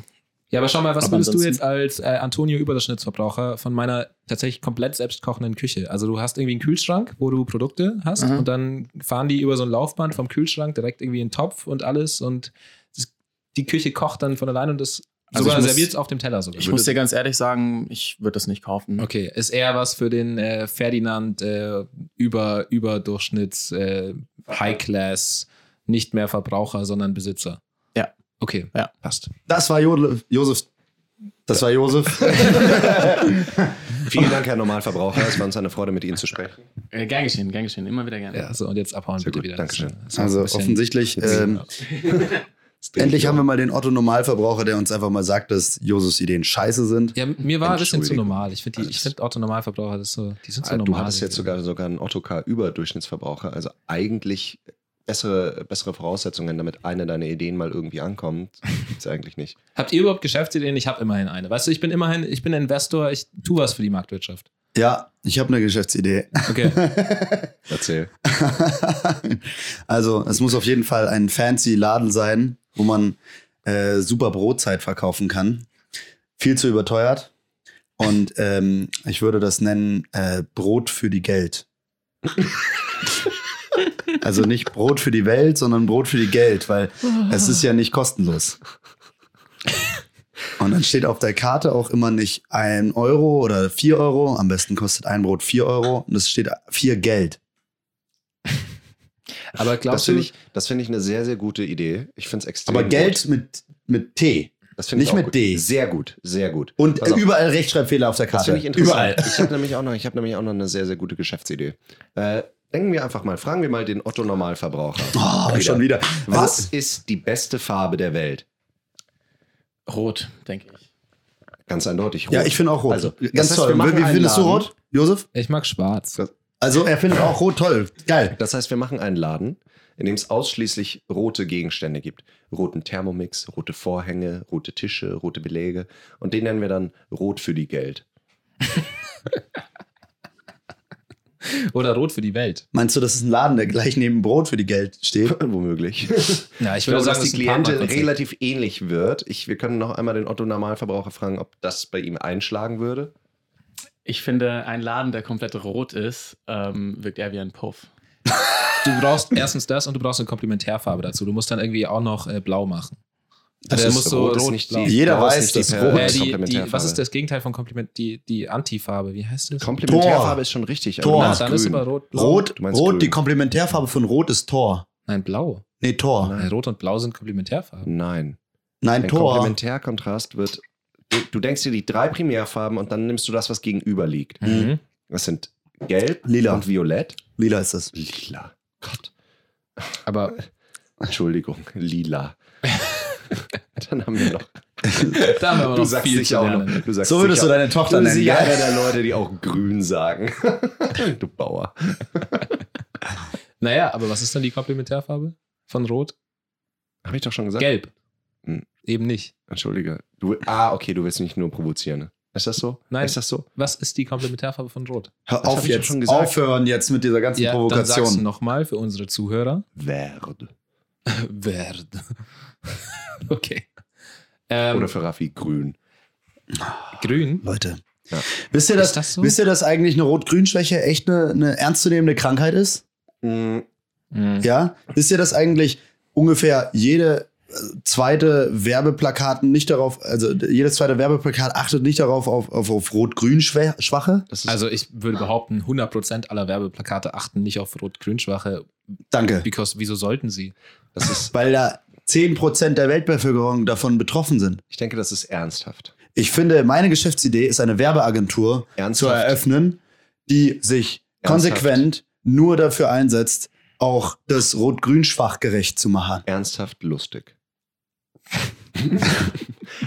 Speaker 3: Ja, aber schau mal, was
Speaker 4: Aber
Speaker 3: würdest du
Speaker 4: ansonsten-
Speaker 3: jetzt als äh, Antonio-Überdurchschnittsverbraucher von meiner tatsächlich komplett selbstkochenden Küche? Also du hast irgendwie einen Kühlschrank, wo du Produkte hast
Speaker 4: Mhm.
Speaker 3: und dann fahren die über so ein Laufband vom Kühlschrank direkt irgendwie in den Topf und alles und das, die Küche kocht dann von allein und das
Speaker 4: Also
Speaker 3: sogar
Speaker 4: ich muss-
Speaker 3: serviert es auf dem Teller sogar.
Speaker 4: Ich muss dir ganz ehrlich sagen, ich würde das nicht kaufen.
Speaker 3: okay, ist eher was für den äh, Ferdinand äh, über, Überdurchschnitts äh, High Class, nicht mehr Verbraucher, sondern Besitzer.
Speaker 4: Ja.
Speaker 3: Okay,
Speaker 4: Ja.
Speaker 3: passt.
Speaker 1: Das war Jodel, Josef. Das war
Speaker 3: (laughs)
Speaker 1: Josef.
Speaker 2: Vielen Dank, Herr Normalverbraucher. Es war uns eine Freude, mit Ihnen zu sprechen.
Speaker 4: Äh, gern geschehen, gern geschehen, immer wieder gerne.
Speaker 3: Ja, so und jetzt abhauen
Speaker 2: Sehr
Speaker 3: bitte
Speaker 2: gut,
Speaker 3: wieder.
Speaker 2: Dankeschön.
Speaker 3: Das war
Speaker 1: Also
Speaker 3: ein bisschen-
Speaker 1: offensichtlich, ähm,
Speaker 2: Es dreht
Speaker 1: endlich
Speaker 2: sich
Speaker 1: haben
Speaker 2: um.
Speaker 1: wir mal den Otto Normalverbraucher, der uns einfach mal sagt, dass Josefs Ideen scheiße sind.
Speaker 3: Ja, mir war ein bisschen zu
Speaker 2: Entschuldigung.
Speaker 3: normal. Ich finde
Speaker 2: Alles.
Speaker 3: ich find Autonormalverbraucher, das so, die sind so
Speaker 2: Ah,
Speaker 3: normal.
Speaker 2: Du hattest jetzt sogar, sogar einen Otto K. Überdurchschnittsverbraucher. Also eigentlich bessere, bessere Voraussetzungen, damit eine deiner Ideen mal irgendwie ankommt.
Speaker 1: (laughs)
Speaker 2: Gibt's eigentlich nicht.
Speaker 3: Habt ihr überhaupt Geschäftsideen? Ich habe immerhin eine. Weißt du, ich bin immerhin, ich bin Investor, ich tue was für die Marktwirtschaft.
Speaker 1: Ja, ich habe eine Geschäftsidee.
Speaker 3: Okay.
Speaker 2: (laughs) Erzähl.
Speaker 1: (laughs) also, es muss auf jeden Fall ein fancy Laden sein, wo man äh, super Brotzeit verkaufen kann. Viel zu überteuert. Und ähm, ich würde das nennen äh, Brot für die Geld. also nicht Brot für die Welt, sondern Brot für die Geld, weil es ist ja nicht kostenlos. Und dann steht auf der Karte auch immer nicht ein Euro oder vier Euro. Am besten kostet ein Brot vier Euro und es steht vier Geld.
Speaker 3: Aber
Speaker 2: Das
Speaker 3: glaubst du,
Speaker 2: finde ich, das finde ich eine sehr, sehr gute Idee. Ich finde es extrem
Speaker 1: Aber
Speaker 2: gut.
Speaker 1: Geld mit, mit T.
Speaker 2: Das finde ich
Speaker 1: nicht
Speaker 2: auch
Speaker 1: mit
Speaker 2: gut.
Speaker 1: D.
Speaker 2: Sehr gut, sehr gut.
Speaker 1: Und
Speaker 2: Pass auf.
Speaker 1: überall Rechtschreibfehler auf der
Speaker 2: Das
Speaker 1: Karte.
Speaker 2: finde ich interessant.
Speaker 1: überall.
Speaker 2: Ich habe nämlich, auch noch- ich hab nämlich auch noch eine sehr, sehr gute Geschäftsidee. Äh, denken wir einfach mal, fragen wir mal den Otto Normalverbraucher.
Speaker 1: Oh,
Speaker 2: Wieder.
Speaker 1: schon wieder. Also-
Speaker 2: Was
Speaker 1: Was?
Speaker 2: ist die beste Farbe der Welt?
Speaker 4: Rot, denke ich.
Speaker 2: Ganz eindeutig. Rot.
Speaker 1: Ja, ich finde auch rot.
Speaker 2: Also, das
Speaker 1: Ganz
Speaker 2: heißt,
Speaker 1: toll.
Speaker 2: wir machen
Speaker 1: Wie
Speaker 2: einen
Speaker 1: findest du
Speaker 2: Laden.
Speaker 1: rot, Josef?
Speaker 3: ich mag schwarz.
Speaker 1: Also, er findet auch rot toll. Geil.
Speaker 2: Das heißt, wir machen einen Laden, in dem es ausschließlich rote Gegenstände gibt. Roten Thermomix, rote Vorhänge, rote Tische, rote Beläge. Und den nennen wir dann Rot für die Geld. (clears throat)
Speaker 3: Oder rot für die Welt.
Speaker 1: Meinst du, das ist ein Laden, der gleich neben Brot für die Geld steht?
Speaker 2: Womöglich.
Speaker 3: Ja,
Speaker 2: Ich
Speaker 3: ich
Speaker 2: glaube,
Speaker 3: würde
Speaker 2: dass
Speaker 3: sagen,
Speaker 2: die
Speaker 3: das ist ein
Speaker 2: Klientin
Speaker 3: Parma-Konzept.
Speaker 2: relativ ähnlich wird. Ich, wir können noch einmal den Otto Normalverbraucher fragen, ob das bei ihm einschlagen würde.
Speaker 4: Ich finde, ein Laden, der komplett rot ist, ähm, wirkt eher wie ein Puff.
Speaker 3: Du brauchst erstens das und du brauchst eine Komplementärfarbe dazu. Du musst dann irgendwie auch noch äh, blau machen.
Speaker 2: Das
Speaker 3: Der
Speaker 2: ist-
Speaker 3: muss so
Speaker 2: Rot ist
Speaker 3: rot,
Speaker 2: nicht
Speaker 3: blau.
Speaker 2: die,
Speaker 1: Jeder
Speaker 2: Blau ist
Speaker 1: weiß,
Speaker 2: nicht die
Speaker 1: dass
Speaker 2: Per-
Speaker 1: Rot
Speaker 3: Äh,
Speaker 1: ist
Speaker 3: die, die,
Speaker 2: Komplementärfarbe.
Speaker 3: was ist das Gegenteil von Kompliment? Die, die Antifarbe, wie heißt das?
Speaker 2: Komplementärfarbe
Speaker 1: Tor.
Speaker 2: ist schon richtig.
Speaker 1: Tor.
Speaker 2: du
Speaker 3: Na,
Speaker 2: meinst
Speaker 3: dann ist
Speaker 2: grün.
Speaker 3: aber rot, blau.
Speaker 1: Rot,
Speaker 2: Du meinst grün.
Speaker 1: rot die Komplementärfarbe von Rot ist Tor.
Speaker 3: Nein, blau.
Speaker 1: Nee, Tor.
Speaker 2: Nein.
Speaker 3: Nein, Rot und Blau sind Komplementärfarben.
Speaker 2: Nein.
Speaker 1: Nein,
Speaker 2: Ein
Speaker 1: Tor.
Speaker 2: Komplementärkontrast wird. Du, du denkst dir die drei Primärfarben und dann nimmst du das, was gegenüber liegt.
Speaker 3: Mhm.
Speaker 2: Das sind Gelb,
Speaker 1: Lila.
Speaker 2: und Violett.
Speaker 1: Lila ist das.
Speaker 2: Lila. Gott.
Speaker 3: Aber
Speaker 2: Entschuldigung, lila. dann haben wir noch.
Speaker 3: da haben wir aber
Speaker 2: Du
Speaker 3: noch
Speaker 2: sagst
Speaker 3: viel
Speaker 2: sicher
Speaker 3: zu
Speaker 2: auch noch.
Speaker 3: lernen.
Speaker 2: Du sagst
Speaker 1: So würdest du
Speaker 2: sicher-
Speaker 1: deine Tochter
Speaker 2: Du
Speaker 1: nennen.
Speaker 2: bist ja einer
Speaker 1: gell?
Speaker 2: der Leute, die auch grün sagen. (laughs) du Bauer.
Speaker 3: Naja, aber was ist dann die Komplementärfarbe von Rot?
Speaker 2: Habe ich doch schon gesagt.
Speaker 3: Gelb. Eben nicht.
Speaker 2: Entschuldige. Du, ah, okay, du willst mich nur provozieren. ne? Ist das so?
Speaker 3: Nein.
Speaker 2: Ist das so?
Speaker 3: Was ist die Komplementärfarbe von Rot?
Speaker 1: Hör
Speaker 2: Das hab
Speaker 1: auf
Speaker 2: ich ja
Speaker 1: jetzt.
Speaker 2: schon gesagt.
Speaker 1: Aufhören jetzt mit dieser ganzen
Speaker 3: dann sagst du
Speaker 1: Provokation.
Speaker 3: nochmal für
Speaker 2: (laughs)
Speaker 3: unsere Zuhörer.
Speaker 2: Verde.
Speaker 3: Werd. (laughs) okay. Ähm,
Speaker 2: Oder für Raffi grün.
Speaker 3: grün.
Speaker 1: Leute.
Speaker 2: Ja.
Speaker 1: Wisst, ihr, dass,
Speaker 3: Ist das so?
Speaker 1: wisst ihr, dass eigentlich eine Rot-Grün-Schwäche echt eine, eine ernstzunehmende Krankheit ist?
Speaker 2: Hm,
Speaker 3: Mhm.
Speaker 1: Ja? Wisst ihr, dass eigentlich ungefähr jede äh, zweite Werbeplakat nicht darauf, also jedes zweite Werbeplakat achtet nicht darauf auf, auf, auf Rot-Grün-Schwache?
Speaker 2: Das ist
Speaker 3: Also ich würde behaupten, 100% aller Werbeplakate achten nicht auf Rot-Grün-Schwache.
Speaker 1: Danke.
Speaker 3: Because, wieso sollten sie?
Speaker 2: Das ist,
Speaker 1: Weil da 10% der Weltbevölkerung davon betroffen sind.
Speaker 2: ich denke, das ist ernsthaft.
Speaker 1: Ich finde, meine Geschäftsidee ist eine Werbeagentur zu
Speaker 2: Ernsthaft?
Speaker 1: eröffnen, die sich
Speaker 2: Ernsthaft?
Speaker 1: konsequent nur dafür einsetzt, auch das Rot-Grün-Schwach gerecht zu machen.
Speaker 2: Ernsthaft lustig. (laughs)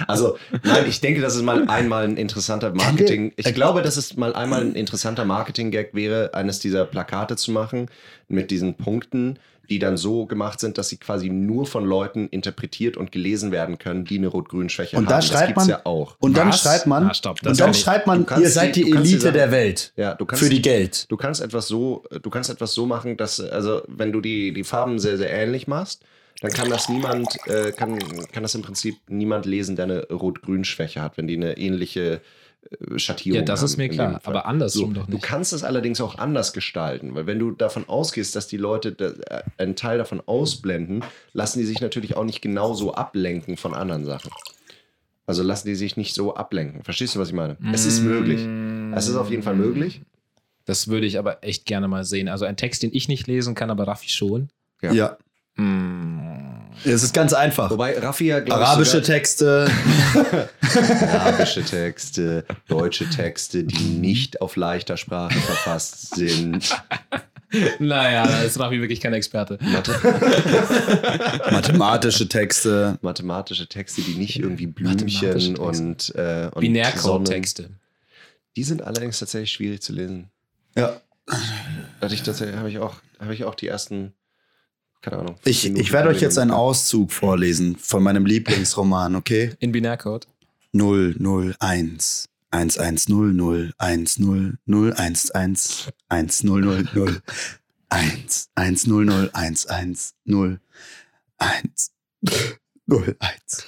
Speaker 2: also, nein, ich denke, dass es mal einmal ein interessanter Marketing. Ich glaube, dass es mal einmal ein interessanter Marketing-Gag wäre, eines dieser Plakate zu machen mit diesen Punkten, die dann so gemacht sind, dass sie quasi nur von Leuten interpretiert und gelesen werden können, die eine Rot-Grün-Schwäche haben.
Speaker 1: Und da schreibt
Speaker 2: das gibt's
Speaker 1: man-
Speaker 2: ja auch.
Speaker 1: Und dann
Speaker 3: Was?
Speaker 1: schreibt man,
Speaker 3: Ah, stopp, das
Speaker 1: und dann
Speaker 3: kann ich-
Speaker 1: schreibt man,
Speaker 2: du kannst
Speaker 1: ihr seid
Speaker 2: die-
Speaker 1: die,
Speaker 2: du kannst die
Speaker 1: Elite
Speaker 2: Sachen-
Speaker 1: der Welt.
Speaker 2: Ja, du kannst
Speaker 1: für die Geld.
Speaker 2: Du kannst etwas so, du kannst etwas so machen, dass, also wenn du die, die Farben sehr, sehr ähnlich machst, dann kann das niemand, äh, kann, kann das im Prinzip niemand lesen, der eine Rot-Grün-Schwäche hat, wenn die eine ähnliche äh, Schattierung
Speaker 3: Ja, das
Speaker 2: haben
Speaker 3: ist mir
Speaker 2: in
Speaker 3: klar,
Speaker 2: dem Fall.
Speaker 3: aber andersrum doch nicht.
Speaker 2: Du kannst es allerdings auch anders gestalten, weil wenn du davon ausgehst, dass die Leute da, äh, einen Teil davon ausblenden, lassen die sich natürlich auch nicht genauso ablenken von anderen Sachen. Also lassen die sich nicht so ablenken. Verstehst du, was ich meine? Es
Speaker 3: Mm.
Speaker 2: ist möglich. Es ist auf jeden Fall möglich.
Speaker 3: Das würde ich aber echt gerne mal sehen. Also ein Text, den ich nicht lesen kann, aber Raffi schon.
Speaker 2: Ja.
Speaker 1: Ja,
Speaker 3: Mhm.
Speaker 1: es ist ganz einfach.
Speaker 2: Wobei Raffi ja, glaub ich,
Speaker 1: Arabische
Speaker 2: sogar- (laughs)
Speaker 1: Texte.
Speaker 2: arabische Texte, deutsche Texte, die nicht auf leichter Sprache verfasst sind.
Speaker 3: (laughs) Naja, da ist Raffi wirklich kein Experte.
Speaker 1: Mathematische Texte.
Speaker 2: Mathematische Texte, die nicht irgendwie Blümchen
Speaker 3: Mathematische
Speaker 2: und, äh, und
Speaker 3: Binärcode-Texte.
Speaker 2: Sonnen- Die sind allerdings tatsächlich schwierig zu lesen.
Speaker 1: Ja.
Speaker 2: Hatte ich tatsächlich, habe ich auch, habe ich auch die ersten, keine Ahnung.
Speaker 1: Ich,
Speaker 2: Minuten
Speaker 1: ich werde euch jetzt einen
Speaker 2: überlegen.
Speaker 1: Auszug vorlesen von meinem Lieblingsroman, okay?
Speaker 3: In Binärcode.
Speaker 1: 001 1100 10 011 1000 1 100 11 0 1 0 1
Speaker 2: Das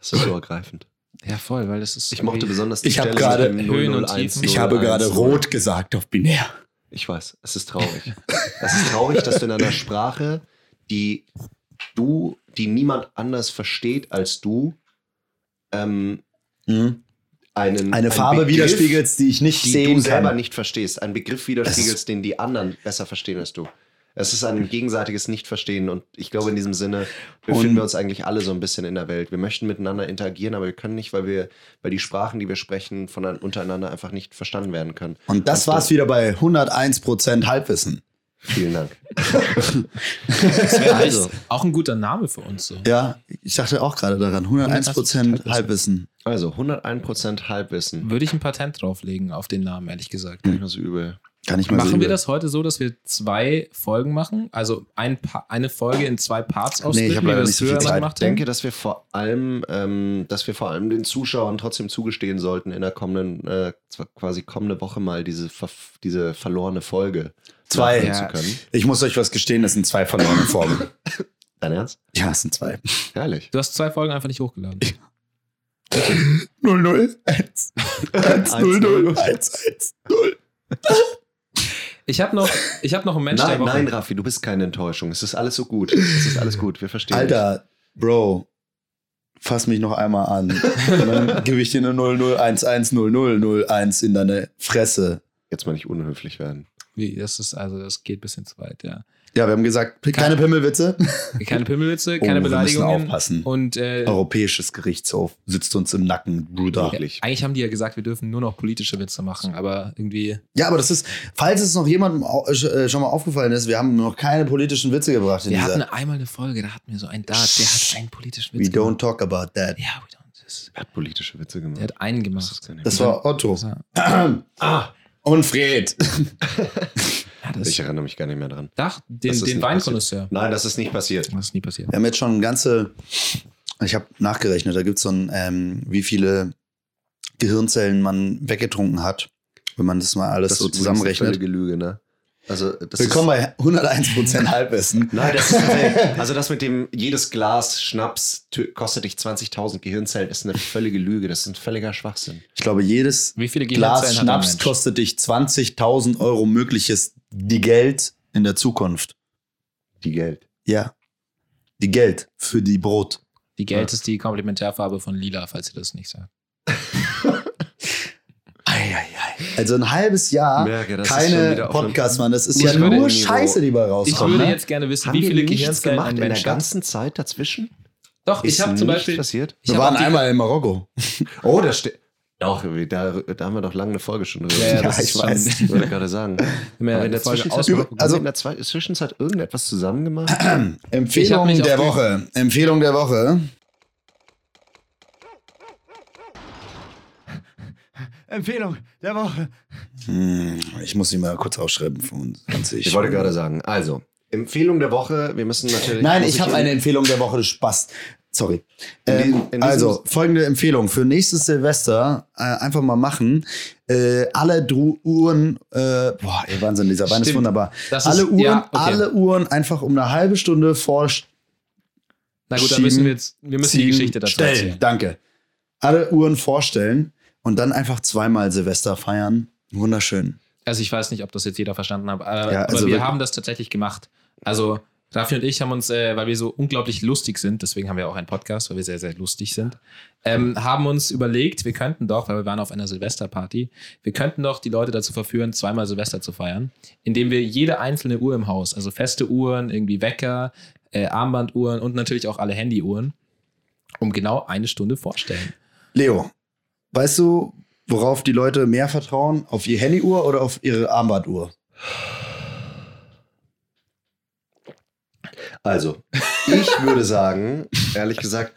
Speaker 2: ist so ergreifend.
Speaker 3: Ja, voll, weil das ist.
Speaker 2: Ich mochte
Speaker 3: (laughs)
Speaker 2: besonders
Speaker 1: Ich hab
Speaker 2: Stelle
Speaker 1: gerade
Speaker 2: mit dem
Speaker 3: Höhen und
Speaker 2: 001,
Speaker 3: Tiefen.
Speaker 1: Ich habe gerade
Speaker 2: 010.
Speaker 1: rot gesagt auf binär.
Speaker 2: Ich weiß, es ist traurig. es ist traurig, dass du in einer Sprache, die du, die niemand anders versteht als du, ähm, einen
Speaker 1: Eine
Speaker 2: einen
Speaker 1: Farbe
Speaker 2: Begriff,
Speaker 1: widerspiegelst, die ich nicht
Speaker 2: die
Speaker 1: sehen
Speaker 2: du selber
Speaker 1: kann.
Speaker 2: nicht verstehst, einen Begriff widerspiegelst, den die anderen besser verstehen als du. Es ist ein gegenseitiges Nichtverstehen und ich glaube in diesem Sinne befinden
Speaker 1: Und-
Speaker 2: wir uns eigentlich alle so ein bisschen in der Welt. Wir möchten miteinander interagieren, aber wir können nicht, weil wir, weil die Sprachen, die wir sprechen, von ein- untereinander einfach nicht verstanden werden können.
Speaker 1: Und das war's wieder bei 101% Halbwissen.
Speaker 2: Vielen Dank.
Speaker 3: Also, auch ein guter Name für uns so.
Speaker 1: Ja, ich dachte auch gerade daran. 101% Halbwissen.
Speaker 2: Also 101% Halbwissen.
Speaker 3: Würde ich ein Patent drauflegen auf den Namen, ehrlich gesagt.
Speaker 2: Nicht mehr so übel.
Speaker 1: Kann ich mal so
Speaker 3: Machen wir
Speaker 1: übel.
Speaker 3: das heute so, dass wir zwei Folgen machen? Also ein Pa- eine Folge in zwei Parts
Speaker 1: ich hab
Speaker 3: ausdrücken, wie wir
Speaker 1: leider
Speaker 3: es
Speaker 1: nicht so viel
Speaker 3: früher immer
Speaker 1: Zeit.
Speaker 2: Ich
Speaker 3: gemacht haben?
Speaker 2: denke, dass wir vor allem, ähm, dass wir vor allem den Zuschauern trotzdem zugestehen sollten, in der kommenden, äh, zwar quasi kommende Woche mal diese, verf- diese verlorene Folge
Speaker 1: Zwei.
Speaker 2: nachholen
Speaker 3: Ja.
Speaker 2: zu können.
Speaker 1: Ich muss euch was gestehen, das sind zwei verlorene Formen.
Speaker 2: Dein Ernst?
Speaker 1: ja, es sind zwei.
Speaker 2: Herrlich.
Speaker 3: Du hast zwei Folgen einfach nicht hochgeladen.
Speaker 1: 001 101 0
Speaker 3: Ich habe noch, ich hab noch einen Mensch der
Speaker 2: Nein,
Speaker 3: Woche.
Speaker 2: nein, Raffi, du bist keine Enttäuschung. Es ist alles so gut. Es ist alles gut. Wir verstehen.
Speaker 1: Alter, Bro, fass mich noch einmal an. Und dann gebe ich dir eine 0011001 in deine Fresse.
Speaker 2: dich. Jetzt mal nicht unhöflich werden.
Speaker 3: Wie, das ist, also das geht ein bisschen zu weit, ja.
Speaker 1: Ja, wir haben gesagt, p- keine Pimmelwitze.
Speaker 3: Keine Pimmelwitze,
Speaker 1: (laughs) Oh,
Speaker 3: keine
Speaker 1: wir müssen
Speaker 3: Beleidigungen.
Speaker 1: aufpassen.
Speaker 3: Und äh,
Speaker 1: Europäisches Gerichtshof sitzt uns im Nacken, Bruder.
Speaker 3: ja, eigentlich haben die ja gesagt, wir dürfen nur noch politische Witze machen, aber irgendwie.
Speaker 1: Ja, aber das ist, falls es noch jemandem au- äh, schon mal aufgefallen ist, wir haben noch keine politischen Witze gebracht in
Speaker 3: Wir hatten
Speaker 1: dieser.
Speaker 3: einmal eine Folge, da hatten wir so einen Dart, der hat einen politischen
Speaker 1: We
Speaker 3: Witz
Speaker 1: don't talk about that.
Speaker 3: gemacht. Ja, we don't. Das,
Speaker 2: Er hat politische Witze
Speaker 3: der
Speaker 2: gemacht.
Speaker 3: hat einen
Speaker 2: Das ist
Speaker 3: gemacht.
Speaker 2: gar
Speaker 1: Das
Speaker 2: nicht- Ah,
Speaker 1: war Otto.
Speaker 3: Ja,
Speaker 1: Und Fred.
Speaker 3: das,
Speaker 2: Ich erinnere mich gar nicht mehr dran.
Speaker 3: Dach, den,
Speaker 2: Das ist
Speaker 3: den
Speaker 2: nicht
Speaker 3: Weinkonnoisseur.
Speaker 2: Nein, das ist nicht passiert.
Speaker 3: Das ist nie passiert.
Speaker 1: Wir haben jetzt schon ganze Ich habe nachgerechnet, da gibt es so ein, ähm, wie viele Gehirnzellen man weggetrunken hat, wenn man das mal alles so
Speaker 2: ist übrigens eine
Speaker 1: zusammenrechnet.
Speaker 2: völlige Lüge, ne? Also, das
Speaker 1: Willkommen
Speaker 2: ist,
Speaker 1: bei 101%
Speaker 2: (laughs)
Speaker 1: Halbwissen.
Speaker 2: Nein, das ist tatsächlich- also das mit dem jedes Glas Schnaps tö- kostet dich 20.000 Gehirnzellen ist eine völlige Lüge, das ist ein völliger Schwachsinn.
Speaker 1: Ich glaube, jedes
Speaker 3: Wie viele
Speaker 1: Glas
Speaker 3: Gehirnzellen hat ein
Speaker 1: Schnaps
Speaker 3: Mensch?
Speaker 1: kostet dich 20.000 Euro mögliches die Geld in der Zukunft.
Speaker 2: Die Geld.
Speaker 1: Ja. Die Geld für die Brot.
Speaker 3: Die Geld ist die Komplementärfarbe von Lila, falls ihr das
Speaker 2: (laughs)
Speaker 3: nicht sagt.
Speaker 1: Also ein halbes Jahr
Speaker 2: Merke, das ist schon
Speaker 1: keine
Speaker 2: wieder auf einem
Speaker 1: Podcasts, Mann. Das ist ja
Speaker 3: Ich würde-
Speaker 1: nur Scheiße, die bei
Speaker 3: Ich
Speaker 1: rauskommt.
Speaker 3: würde
Speaker 1: Ne?
Speaker 3: jetzt gerne wissen,
Speaker 2: Haben
Speaker 3: wie
Speaker 2: wir
Speaker 3: viele
Speaker 2: nichts
Speaker 3: Gehirnzellen
Speaker 2: gemacht
Speaker 3: ein
Speaker 2: in der
Speaker 3: Mensch hat.
Speaker 2: ganzen Zeit dazwischen?
Speaker 3: Doch, ich
Speaker 2: Ist
Speaker 3: habe zum
Speaker 2: nichts
Speaker 3: Beispiel.
Speaker 2: passiert?
Speaker 3: Ich
Speaker 1: Mhm. Wir
Speaker 3: hab
Speaker 1: waren
Speaker 3: auch die-
Speaker 1: einmal in Marokko.
Speaker 2: Oh, da steht. Doch, da, da haben wir doch lange eine Folge schon drüber.
Speaker 3: Ja, ja,
Speaker 2: gemacht.
Speaker 1: Ja,
Speaker 3: das ist
Speaker 1: ich
Speaker 3: schon-
Speaker 1: weiß.
Speaker 2: Ich (laughs) wollte gerade sagen.
Speaker 3: Ja,
Speaker 2: Aber in der
Speaker 3: Folge
Speaker 2: Zwischenzeit,
Speaker 3: ausmachen.
Speaker 2: also,
Speaker 1: Also-
Speaker 2: in der Zwei- Zwischenzeit irgendetwas zusammen gemacht?
Speaker 3: Ich hab
Speaker 1: Empfehlung
Speaker 3: mich
Speaker 1: der
Speaker 3: auf die-
Speaker 1: Woche. Empfehlung der Woche.
Speaker 2: Empfehlung der Woche.
Speaker 1: Hm, ich muss sie mal kurz aufschreiben. 25.
Speaker 2: Ich wollte gerade sagen, also, Empfehlung der Woche, wir müssen natürlich.
Speaker 1: Nein, ich
Speaker 3: um
Speaker 1: habe eine Empfehlung der Woche, du Spaß. Sorry.
Speaker 2: In diesem-
Speaker 1: Ähm,
Speaker 2: in diesem-
Speaker 1: also, folgende Empfehlung für nächstes Silvester äh, einfach mal machen. Äh, alle Dru Uhren, äh, boah, ey, Wahnsinn, dieser Wein ist
Speaker 3: Stimmt.
Speaker 1: wunderbar.
Speaker 3: Das ist-
Speaker 1: alle Uhren,
Speaker 3: ja, okay.
Speaker 1: alle Uhren einfach um eine halbe Stunde vor
Speaker 3: Na gut, dann müssen
Speaker 1: schieben,
Speaker 3: wir jetzt. Wir müssen die
Speaker 1: ziehen,
Speaker 3: Geschichte dazu
Speaker 1: stellen.
Speaker 3: erzählen.
Speaker 1: Danke. Alle Uhren vorstellen und dann einfach zweimal Silvester feiern. Wunderschön.
Speaker 3: Also ich weiß nicht, ob das jetzt jeder verstanden hat, aber,
Speaker 1: Ja, also
Speaker 3: aber wir
Speaker 1: wir-
Speaker 3: haben das tatsächlich gemacht. Also Raffi und ich haben uns, äh, weil wir so unglaublich lustig sind, deswegen haben wir auch einen Podcast, weil wir sehr, sehr lustig sind, ähm, haben uns überlegt, wir könnten doch, weil wir waren auf einer Silvesterparty, wir könnten doch die Leute dazu verführen, zweimal Silvester zu feiern, indem wir jede einzelne Uhr im Haus, also feste Uhren, irgendwie Wecker, äh, Armbanduhren und natürlich auch alle Handyuhren, um genau eine Stunde vorstellen.
Speaker 1: Leo, weißt du, worauf die Leute mehr vertrauen? Auf ihr Handyuhr oder auf ihre Armbanduhr?
Speaker 2: Also, ich würde sagen, ehrlich gesagt,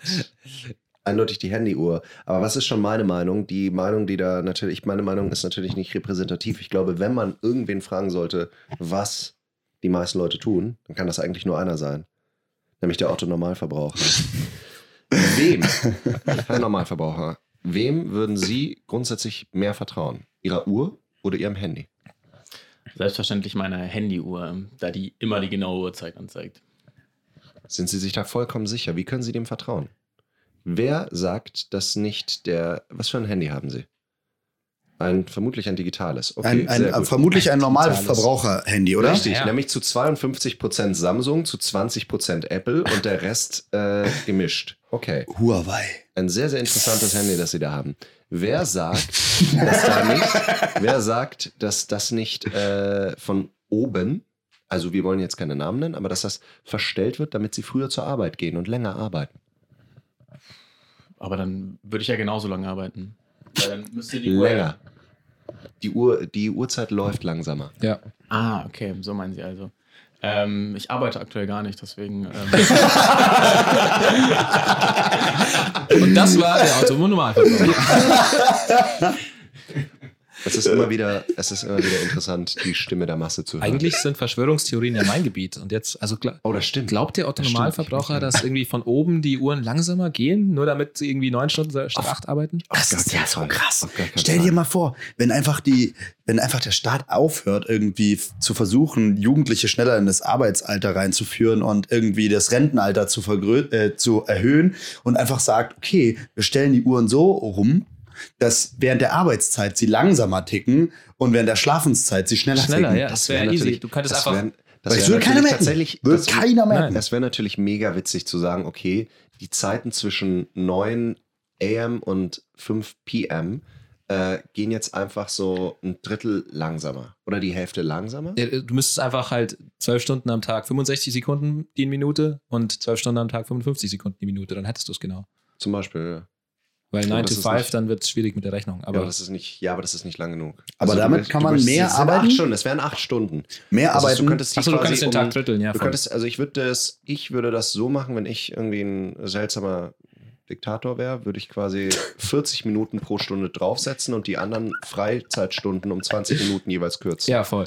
Speaker 2: eindeutig die Handyuhr. Aber was ist schon meine Meinung? Die Meinung, die da natürlich, meine Meinung ist natürlich nicht repräsentativ. Ich glaube, wenn man irgendwen fragen sollte, was die meisten Leute tun, dann kann das eigentlich nur einer sein. Nämlich der Otto-Normalverbraucher. Wem? Herr Normalverbraucher, wem würden Sie grundsätzlich mehr vertrauen? Ihrer Uhr oder Ihrem Handy?
Speaker 4: Selbstverständlich meine Handyuhr, da die immer die genaue Uhrzeit anzeigt.
Speaker 2: Sind Sie sich da vollkommen sicher? Wie können Sie dem vertrauen? Wer sagt, dass nicht der. Was für ein Handy haben Sie? Ein vermutlich ein digitales. Okay,
Speaker 1: ein,
Speaker 2: sehr
Speaker 1: ein,
Speaker 2: gut.
Speaker 1: vermutlich ein normales
Speaker 3: Digitales.
Speaker 1: Verbraucher-Handy, oder?
Speaker 2: Richtig,
Speaker 3: Ja.
Speaker 2: nämlich zu 52% Samsung, zu 20% Apple und der Rest äh, gemischt. Okay,
Speaker 1: Huawei.
Speaker 2: ein sehr, sehr interessantes Handy, das Sie da haben. Wer sagt, dass da nicht, wer sagt, dass das nicht äh, von oben, also wir wollen jetzt keine Namen nennen, aber dass das verstellt wird, damit Sie früher zur Arbeit gehen und länger arbeiten?
Speaker 4: Aber dann würde ich ja genauso lange arbeiten. Weil dann müsste die Uhr-
Speaker 2: länger. Die, Uhr, die Uhrzeit läuft langsamer.
Speaker 3: Ja.
Speaker 4: Ah, okay, so meinen Sie also. Ähm, ich arbeite aktuell gar nicht, deswegen. Ähm,
Speaker 3: Und das war der Automonomalverbraucher.
Speaker 2: Es ist immer wieder, es ist immer wieder interessant, die Stimme der Masse zu hören.
Speaker 3: Eigentlich sind Verschwörungstheorien ja mein Gebiet. Und jetzt, also klar.
Speaker 2: Oh, das stimmt.
Speaker 3: Glaubt der
Speaker 2: Das stimmt.
Speaker 3: Otto-Normalverbraucher, dass irgendwie von oben die Uhren langsamer gehen, nur damit sie irgendwie neun Stunden statt acht arbeiten?
Speaker 1: Das ist ja so krass.
Speaker 2: Auf gar keinen
Speaker 1: Stell
Speaker 2: Fall.
Speaker 1: dir mal vor, wenn einfach die, wenn einfach der Staat aufhört, irgendwie f- zu versuchen, Jugendliche schneller in das Arbeitsalter reinzuführen und irgendwie das Rentenalter zu, vergrö- äh, zu erhöhen und einfach sagt, okay, wir stellen die Uhren so rum, dass während der Arbeitszeit sie langsamer ticken und während der Schlafenszeit sie schneller,
Speaker 3: Schneller,
Speaker 1: ticken.
Speaker 3: ja. Das wäre
Speaker 2: wär
Speaker 3: easy.
Speaker 2: natürlich-
Speaker 3: Du könntest
Speaker 2: das
Speaker 3: einfach.
Speaker 2: wär-
Speaker 1: Das,
Speaker 2: das wär
Speaker 1: würde keiner
Speaker 2: natürlich
Speaker 1: merken.
Speaker 2: Tatsächlich,
Speaker 1: würde
Speaker 2: das-
Speaker 1: keiner merken.
Speaker 3: Nein.
Speaker 2: Das wäre natürlich mega witzig zu sagen, okay, die Zeiten zwischen 9 am und 5 pm äh, gehen jetzt einfach so ein Drittel langsamer oder die Hälfte langsamer.
Speaker 3: Ja, Du müsstest einfach halt zwölf Stunden am Tag 65 Sekunden die Minute und zwölf Stunden am Tag 55 Sekunden die Minute, dann hättest du es genau.
Speaker 2: Zum Beispiel.
Speaker 3: Weil
Speaker 2: Ja,
Speaker 3: 9
Speaker 2: das
Speaker 3: to
Speaker 2: ist
Speaker 3: 5,
Speaker 2: nicht-
Speaker 3: dann wird es schwierig mit der Rechnung.
Speaker 2: Aber, ja,
Speaker 3: Aber
Speaker 2: aber das ist nicht, ja, aber das ist nicht lang genug. Also,
Speaker 1: Aber damit
Speaker 2: du-
Speaker 1: kann
Speaker 2: du
Speaker 1: man
Speaker 2: müsstest-
Speaker 1: mehr
Speaker 2: es sind
Speaker 1: arbeiten?
Speaker 2: Acht Stunden, das wären acht Stunden.
Speaker 1: Mehr
Speaker 2: Das heißt,
Speaker 1: arbeiten.
Speaker 2: du könntest die
Speaker 3: Achso, du
Speaker 2: quasi
Speaker 3: kannst den
Speaker 2: um,
Speaker 3: Tag dritteln, ja.
Speaker 2: Du
Speaker 3: voll.
Speaker 2: könntest, also ich würde das, ich würde das so machen, wenn ich irgendwie ein seltsamer Diktator wäre, würde ich quasi 40 Minuten pro Stunde draufsetzen und die anderen Freizeitstunden um 20 Minuten jeweils kürzen.
Speaker 3: ja, voll.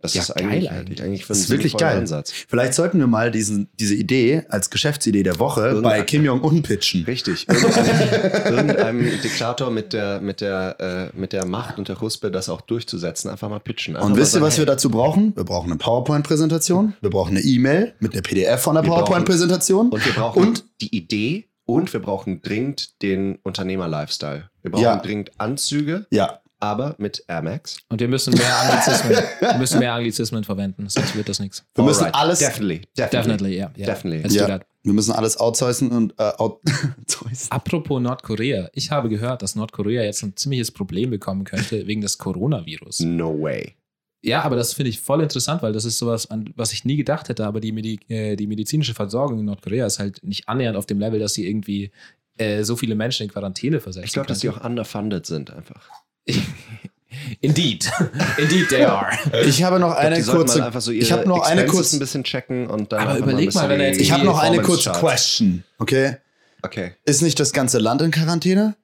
Speaker 2: Das
Speaker 3: Ja,
Speaker 2: ist
Speaker 3: geil
Speaker 2: eigentlich,
Speaker 3: eigentlich.
Speaker 2: eigentlich für
Speaker 1: Das
Speaker 2: einen
Speaker 1: ist wirklich
Speaker 2: sinnvollen
Speaker 1: geil.
Speaker 2: Ansatz.
Speaker 1: Vielleicht sollten wir mal diesen, diese Idee als Geschäftsidee der Woche bei Kim Jong-un pitchen.
Speaker 2: Richtig. Irgendeinem,
Speaker 1: (laughs)
Speaker 2: irgendeinem Diktator mit der, mit, der, äh, mit der Macht und der Huspe das auch durchzusetzen, einfach mal pitchen. Einfach
Speaker 1: Und
Speaker 2: mal
Speaker 1: wisst ihr,
Speaker 2: sagen,
Speaker 1: was wir dazu brauchen? Wir brauchen eine PowerPoint-Präsentation, wir brauchen eine E-Mail mit einer PDF von der
Speaker 2: Wir brauchen-
Speaker 1: PowerPoint-Präsentation.
Speaker 2: Und wir brauchen
Speaker 1: Und-
Speaker 2: die Idee und wir brauchen dringend den Unternehmer-Lifestyle. Wir brauchen
Speaker 1: Ja.
Speaker 2: dringend Anzüge,
Speaker 1: Ja,
Speaker 2: aber mit Air Max.
Speaker 3: Und wir müssen
Speaker 2: (laughs)
Speaker 3: mehr Anglizismen, wir müssen mehr Anglizismen verwenden, sonst wird das nichts.
Speaker 1: wir müssen alles,
Speaker 2: Definitely. Definitely.
Speaker 3: Definitely, ja. ja.
Speaker 2: Definitely.
Speaker 3: Let's do
Speaker 1: Ja.
Speaker 3: that.
Speaker 1: wir müssen alles outsourcen und äh, out (laughs) outsourcen.
Speaker 3: Apropos Nordkorea. Ich habe gehört, dass Nordkorea jetzt ein ziemliches Problem
Speaker 2: (laughs)
Speaker 3: bekommen könnte wegen des Coronavirus.
Speaker 2: No way.
Speaker 3: Ja, aber das finde ich voll interessant, weil das ist sowas, an was ich nie gedacht hätte. Aber die, Medi äh, die medizinische Versorgung in Nordkorea ist halt nicht annähernd auf dem Level, dass sie irgendwie äh, so viele Menschen in Quarantäne versetzen.
Speaker 2: Ich glaube, dass die
Speaker 3: könnte.
Speaker 2: auch underfunded sind einfach.
Speaker 3: Indeed.
Speaker 2: (laughs)
Speaker 3: Indeed they are.
Speaker 1: Ich habe noch eine
Speaker 2: die sollten mal
Speaker 1: kurze,
Speaker 2: einfach so ihre
Speaker 1: ich habe noch eine
Speaker 2: Expenses
Speaker 1: kurze,
Speaker 2: ein bisschen checken und dann
Speaker 3: Aber
Speaker 2: einfach
Speaker 3: überleg mal,
Speaker 2: ein bisschen
Speaker 3: wenn er
Speaker 2: die-
Speaker 3: jetzt
Speaker 1: ich habe noch eine kurze
Speaker 2: Performance-Charts.
Speaker 1: Question. Okay,
Speaker 2: Okay.
Speaker 1: ist nicht das ganze Land in Quarantäne?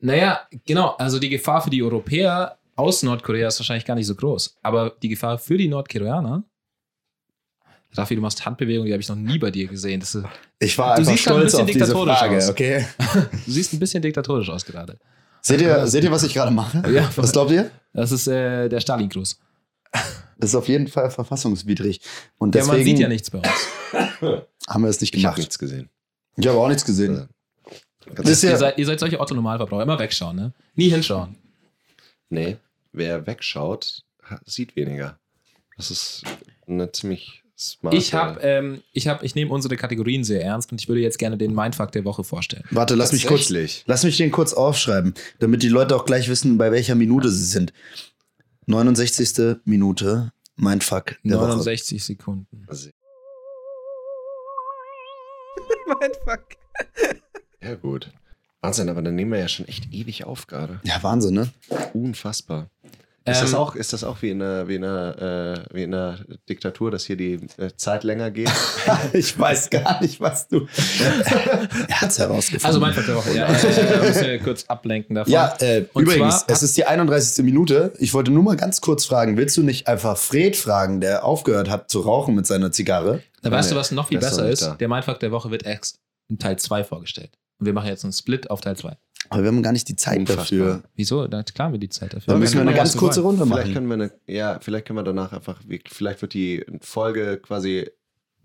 Speaker 3: Naja, genau. Also die Gefahr für die Europäer aus Nordkorea ist wahrscheinlich gar nicht so groß. Aber die Gefahr für die Nordkoreaner. Raffi, du machst Handbewegungen, die habe ich noch nie bei dir gesehen. Das ist,
Speaker 1: Ich war
Speaker 3: Du
Speaker 1: einfach
Speaker 3: siehst schon ein
Speaker 1: stolz
Speaker 3: bisschen
Speaker 1: auf diese
Speaker 3: diktatorisch
Speaker 1: Frage.
Speaker 3: aus.
Speaker 1: Okay,
Speaker 3: du siehst ein bisschen diktatorisch aus gerade.
Speaker 1: seht ihr, seht ihr, was ich gerade mache?
Speaker 3: Ja.
Speaker 1: was glaubt ihr?
Speaker 3: Das ist äh, der Stalin-Gruß.
Speaker 1: Das ist auf jeden Fall verfassungswidrig und
Speaker 3: Ja,
Speaker 1: deswegen
Speaker 3: man sieht ja nichts bei uns.
Speaker 1: (laughs) haben wir es nicht
Speaker 2: Ich habe
Speaker 1: gemacht.
Speaker 2: nichts gesehen.
Speaker 1: Ich habe auch nichts gesehen.
Speaker 2: Ganz-
Speaker 1: Wisst
Speaker 3: Ihr,
Speaker 1: ihr,
Speaker 3: seid, ihr seid solche Otto-Normalverbraucher. Immer wegschauen, ne? Nie hinschauen.
Speaker 2: Nee, wer wegschaut, ha- sieht weniger. Das ist eine ziemlich smarte.
Speaker 3: Ich habe, ähm, ich habe, ich nehme unsere Kategorien sehr ernst und ich würde jetzt gerne den Mindfuck der Woche vorstellen.
Speaker 1: warte, lass mich kurz,
Speaker 2: Tatsächlich.
Speaker 1: lass mich den kurz aufschreiben, damit die Leute auch gleich wissen, bei welcher Minute sie sind. 69. Minute, mein Fuck der Woche.
Speaker 3: 69 Sekunden.
Speaker 2: Ja, gut. Wahnsinn, aber dann nehmen wir ja schon echt ewig auf gerade.
Speaker 1: Ja, Wahnsinn, ne?
Speaker 2: Unfassbar. Ist, das
Speaker 3: Ähm,
Speaker 2: auch, ist das auch wie in einer, wie in einer, äh, wie in einer Diktatur, dass hier die äh, Zeit länger geht?
Speaker 1: (laughs) Ich weiß gar nicht, was du. (laughs) er hat's herausgefunden.
Speaker 3: Also Mindfuck
Speaker 1: (laughs)
Speaker 3: der Woche. Ja, äh, ich muss ja kurz ablenken davon.
Speaker 1: ja, äh,
Speaker 3: Und
Speaker 1: übrigens,
Speaker 3: zwar-
Speaker 1: es ist die 31. Minute. Ich wollte nur mal ganz kurz fragen, willst du nicht einfach Fred fragen, der aufgehört hat zu rauchen mit seiner Zigarre?
Speaker 3: Da Äh, weißt
Speaker 2: Nee,
Speaker 3: du, was noch viel
Speaker 2: das
Speaker 3: besser
Speaker 2: war
Speaker 3: ist?
Speaker 2: nicht da.
Speaker 3: Der Mindfuck der Woche wird erst in Teil 2 vorgestellt. Und wir machen jetzt einen Split auf Teil 2.
Speaker 1: Aber wir haben gar nicht die Zeit
Speaker 2: Unfassbar.
Speaker 1: dafür.
Speaker 3: Wieso? Da klar haben wir die Zeit dafür.
Speaker 1: Dann müssen wir
Speaker 3: können
Speaker 1: eine
Speaker 3: machen,
Speaker 1: ganz
Speaker 3: was
Speaker 1: kurze
Speaker 3: wollen.
Speaker 1: (laughs) Runde
Speaker 2: vielleicht
Speaker 1: machen.
Speaker 2: können wir eine, ja, vielleicht können wir danach einfach, wir- vielleicht wird die Folge quasi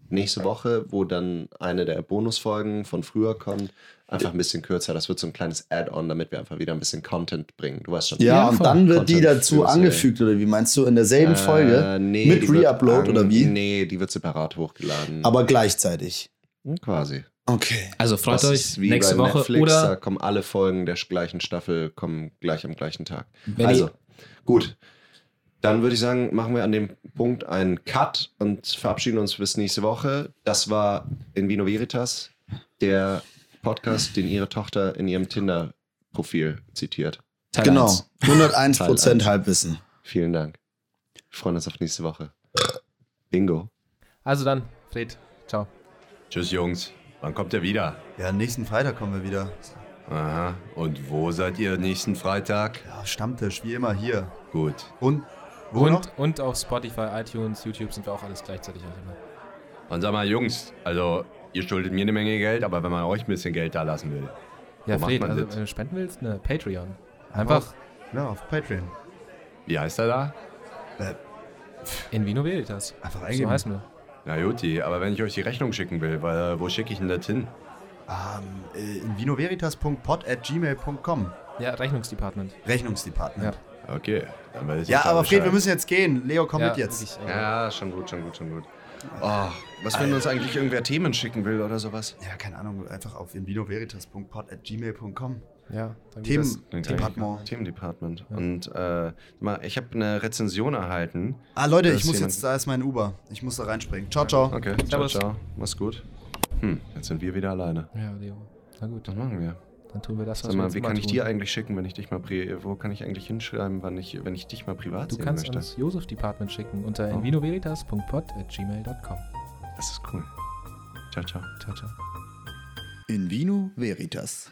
Speaker 2: nächste Woche, wo dann eine der Bonusfolgen von früher kommt, einfach ein bisschen kürzer. Das wird so ein kleines Add-on, damit wir einfach wieder ein bisschen Content bringen. Du weißt schon.
Speaker 1: Ja,
Speaker 3: Ja,
Speaker 1: und
Speaker 3: voll.
Speaker 1: dann wird die
Speaker 2: Content
Speaker 1: dazu
Speaker 2: fürs, äh,
Speaker 1: angefügt, oder wie meinst du, in derselben Folge?
Speaker 2: Äh, nee,
Speaker 1: Mit
Speaker 2: die wird
Speaker 1: Reupload
Speaker 2: an-
Speaker 1: oder wie?
Speaker 2: Nee, die wird separat hochgeladen.
Speaker 1: Aber gleichzeitig.
Speaker 2: Hm, quasi.
Speaker 1: Okay.
Speaker 3: Also freut
Speaker 2: Das
Speaker 3: euch
Speaker 2: ist wie
Speaker 3: nächste
Speaker 2: bei
Speaker 3: Woche
Speaker 2: Netflix, da
Speaker 3: oder
Speaker 2: kommen alle Folgen der gleichen Staffel kommen gleich am gleichen Tag.
Speaker 3: wenn
Speaker 2: also
Speaker 3: ihr,
Speaker 2: gut, dann würde ich sagen, machen wir an dem Punkt einen Cut und verabschieden uns bis nächste Woche. Das war in Vino Veritas der Podcast, den ihre Tochter in ihrem Tinder Profil zitiert.
Speaker 3: Teil
Speaker 1: Genau.
Speaker 3: eins.
Speaker 1: 101
Speaker 2: Teil eins.
Speaker 1: Prozent Halbwissen.
Speaker 2: Vielen Dank. Wir freuen uns auf nächste Woche. Bingo.
Speaker 3: Also dann, Fred, ciao.
Speaker 5: Tschüss, Jungs. Wann kommt ihr wieder?
Speaker 1: Ja, nächsten Freitag kommen wir wieder.
Speaker 5: Aha. Und wo seid ihr nächsten Freitag?
Speaker 1: Ja, Stammtisch, wie immer hier.
Speaker 5: Gut.
Speaker 1: Und wo
Speaker 3: Und, und auf Spotify, iTunes, YouTube sind wir auch alles gleichzeitig. auch immer.
Speaker 5: Und sag mal, Jungs, also, ihr schuldet mir eine Menge Geld, aber wenn man euch ein bisschen Geld da lassen will.
Speaker 3: Ja,
Speaker 5: Wo macht
Speaker 3: Fred,
Speaker 5: man
Speaker 3: also
Speaker 5: das?
Speaker 3: wenn du spenden willst, ne, Patreon. Einfach
Speaker 1: Ja, Genau, auf Patreon.
Speaker 5: Wie heißt er da?
Speaker 3: in Vino Veritas.
Speaker 1: Einfach
Speaker 3: So heißen wir.
Speaker 5: Na Juti, aber wenn ich euch die Rechnung schicken will, weil, äh, wo schicke ich denn das hin?
Speaker 1: Äh, in vinoveritas.pod.gmail.com.
Speaker 3: Ja, Rechnungsdepartment.
Speaker 1: Rechnungsdepartment.
Speaker 3: Ja.
Speaker 5: Okay, dann weiß ich
Speaker 1: ne? Ja,
Speaker 5: Bescheid.
Speaker 1: aber Fred, wir müssen jetzt gehen. Leo, komm
Speaker 3: ja,
Speaker 1: mit jetzt.
Speaker 3: wirklich, also-
Speaker 5: Ja, schon gut, schon gut, schon gut. Oh, was, wenn uns eigentlich irgendwer Themen schicken will oder sowas?
Speaker 1: Ja, keine Ahnung, einfach auf invinoveritas.pod.gmail.com.
Speaker 3: ja dann geht das.
Speaker 1: Themen,
Speaker 5: Themendepartement.
Speaker 1: Department.
Speaker 5: Themendepartement. Und äh, mal, ich habe eine Rezension erhalten.
Speaker 1: Ah, Leute,
Speaker 5: Da
Speaker 1: ich
Speaker 5: ist
Speaker 1: muss
Speaker 5: jemand-
Speaker 1: jetzt, da ist mein Uber. Ich muss da reinspringen. Ciao, ciao.
Speaker 5: Okay, ciao,
Speaker 3: Servus.
Speaker 5: ciao. Mach's gut. Hm, jetzt sind wir wieder alleine.
Speaker 3: Ja, Leo. Na gut,
Speaker 5: Was machen wir?
Speaker 3: dann tun wir das, was
Speaker 5: Sag mal,
Speaker 3: wir
Speaker 5: wie
Speaker 3: immer
Speaker 5: kann ich
Speaker 3: tun.
Speaker 5: dir eigentlich schicken, wenn ich dich mal pri wo kann ich eigentlich hinschreiben, wann ich, wenn ich dich mal privat
Speaker 3: Du
Speaker 5: sehen
Speaker 3: kannst
Speaker 5: möchte?
Speaker 3: ans Josef Department schicken unter
Speaker 5: Oh.
Speaker 3: invinoveritas.pod@gmail.com.
Speaker 5: Das ist cool. Ciao, ciao.
Speaker 3: Ciao, ciao.
Speaker 1: In Vino Veritas.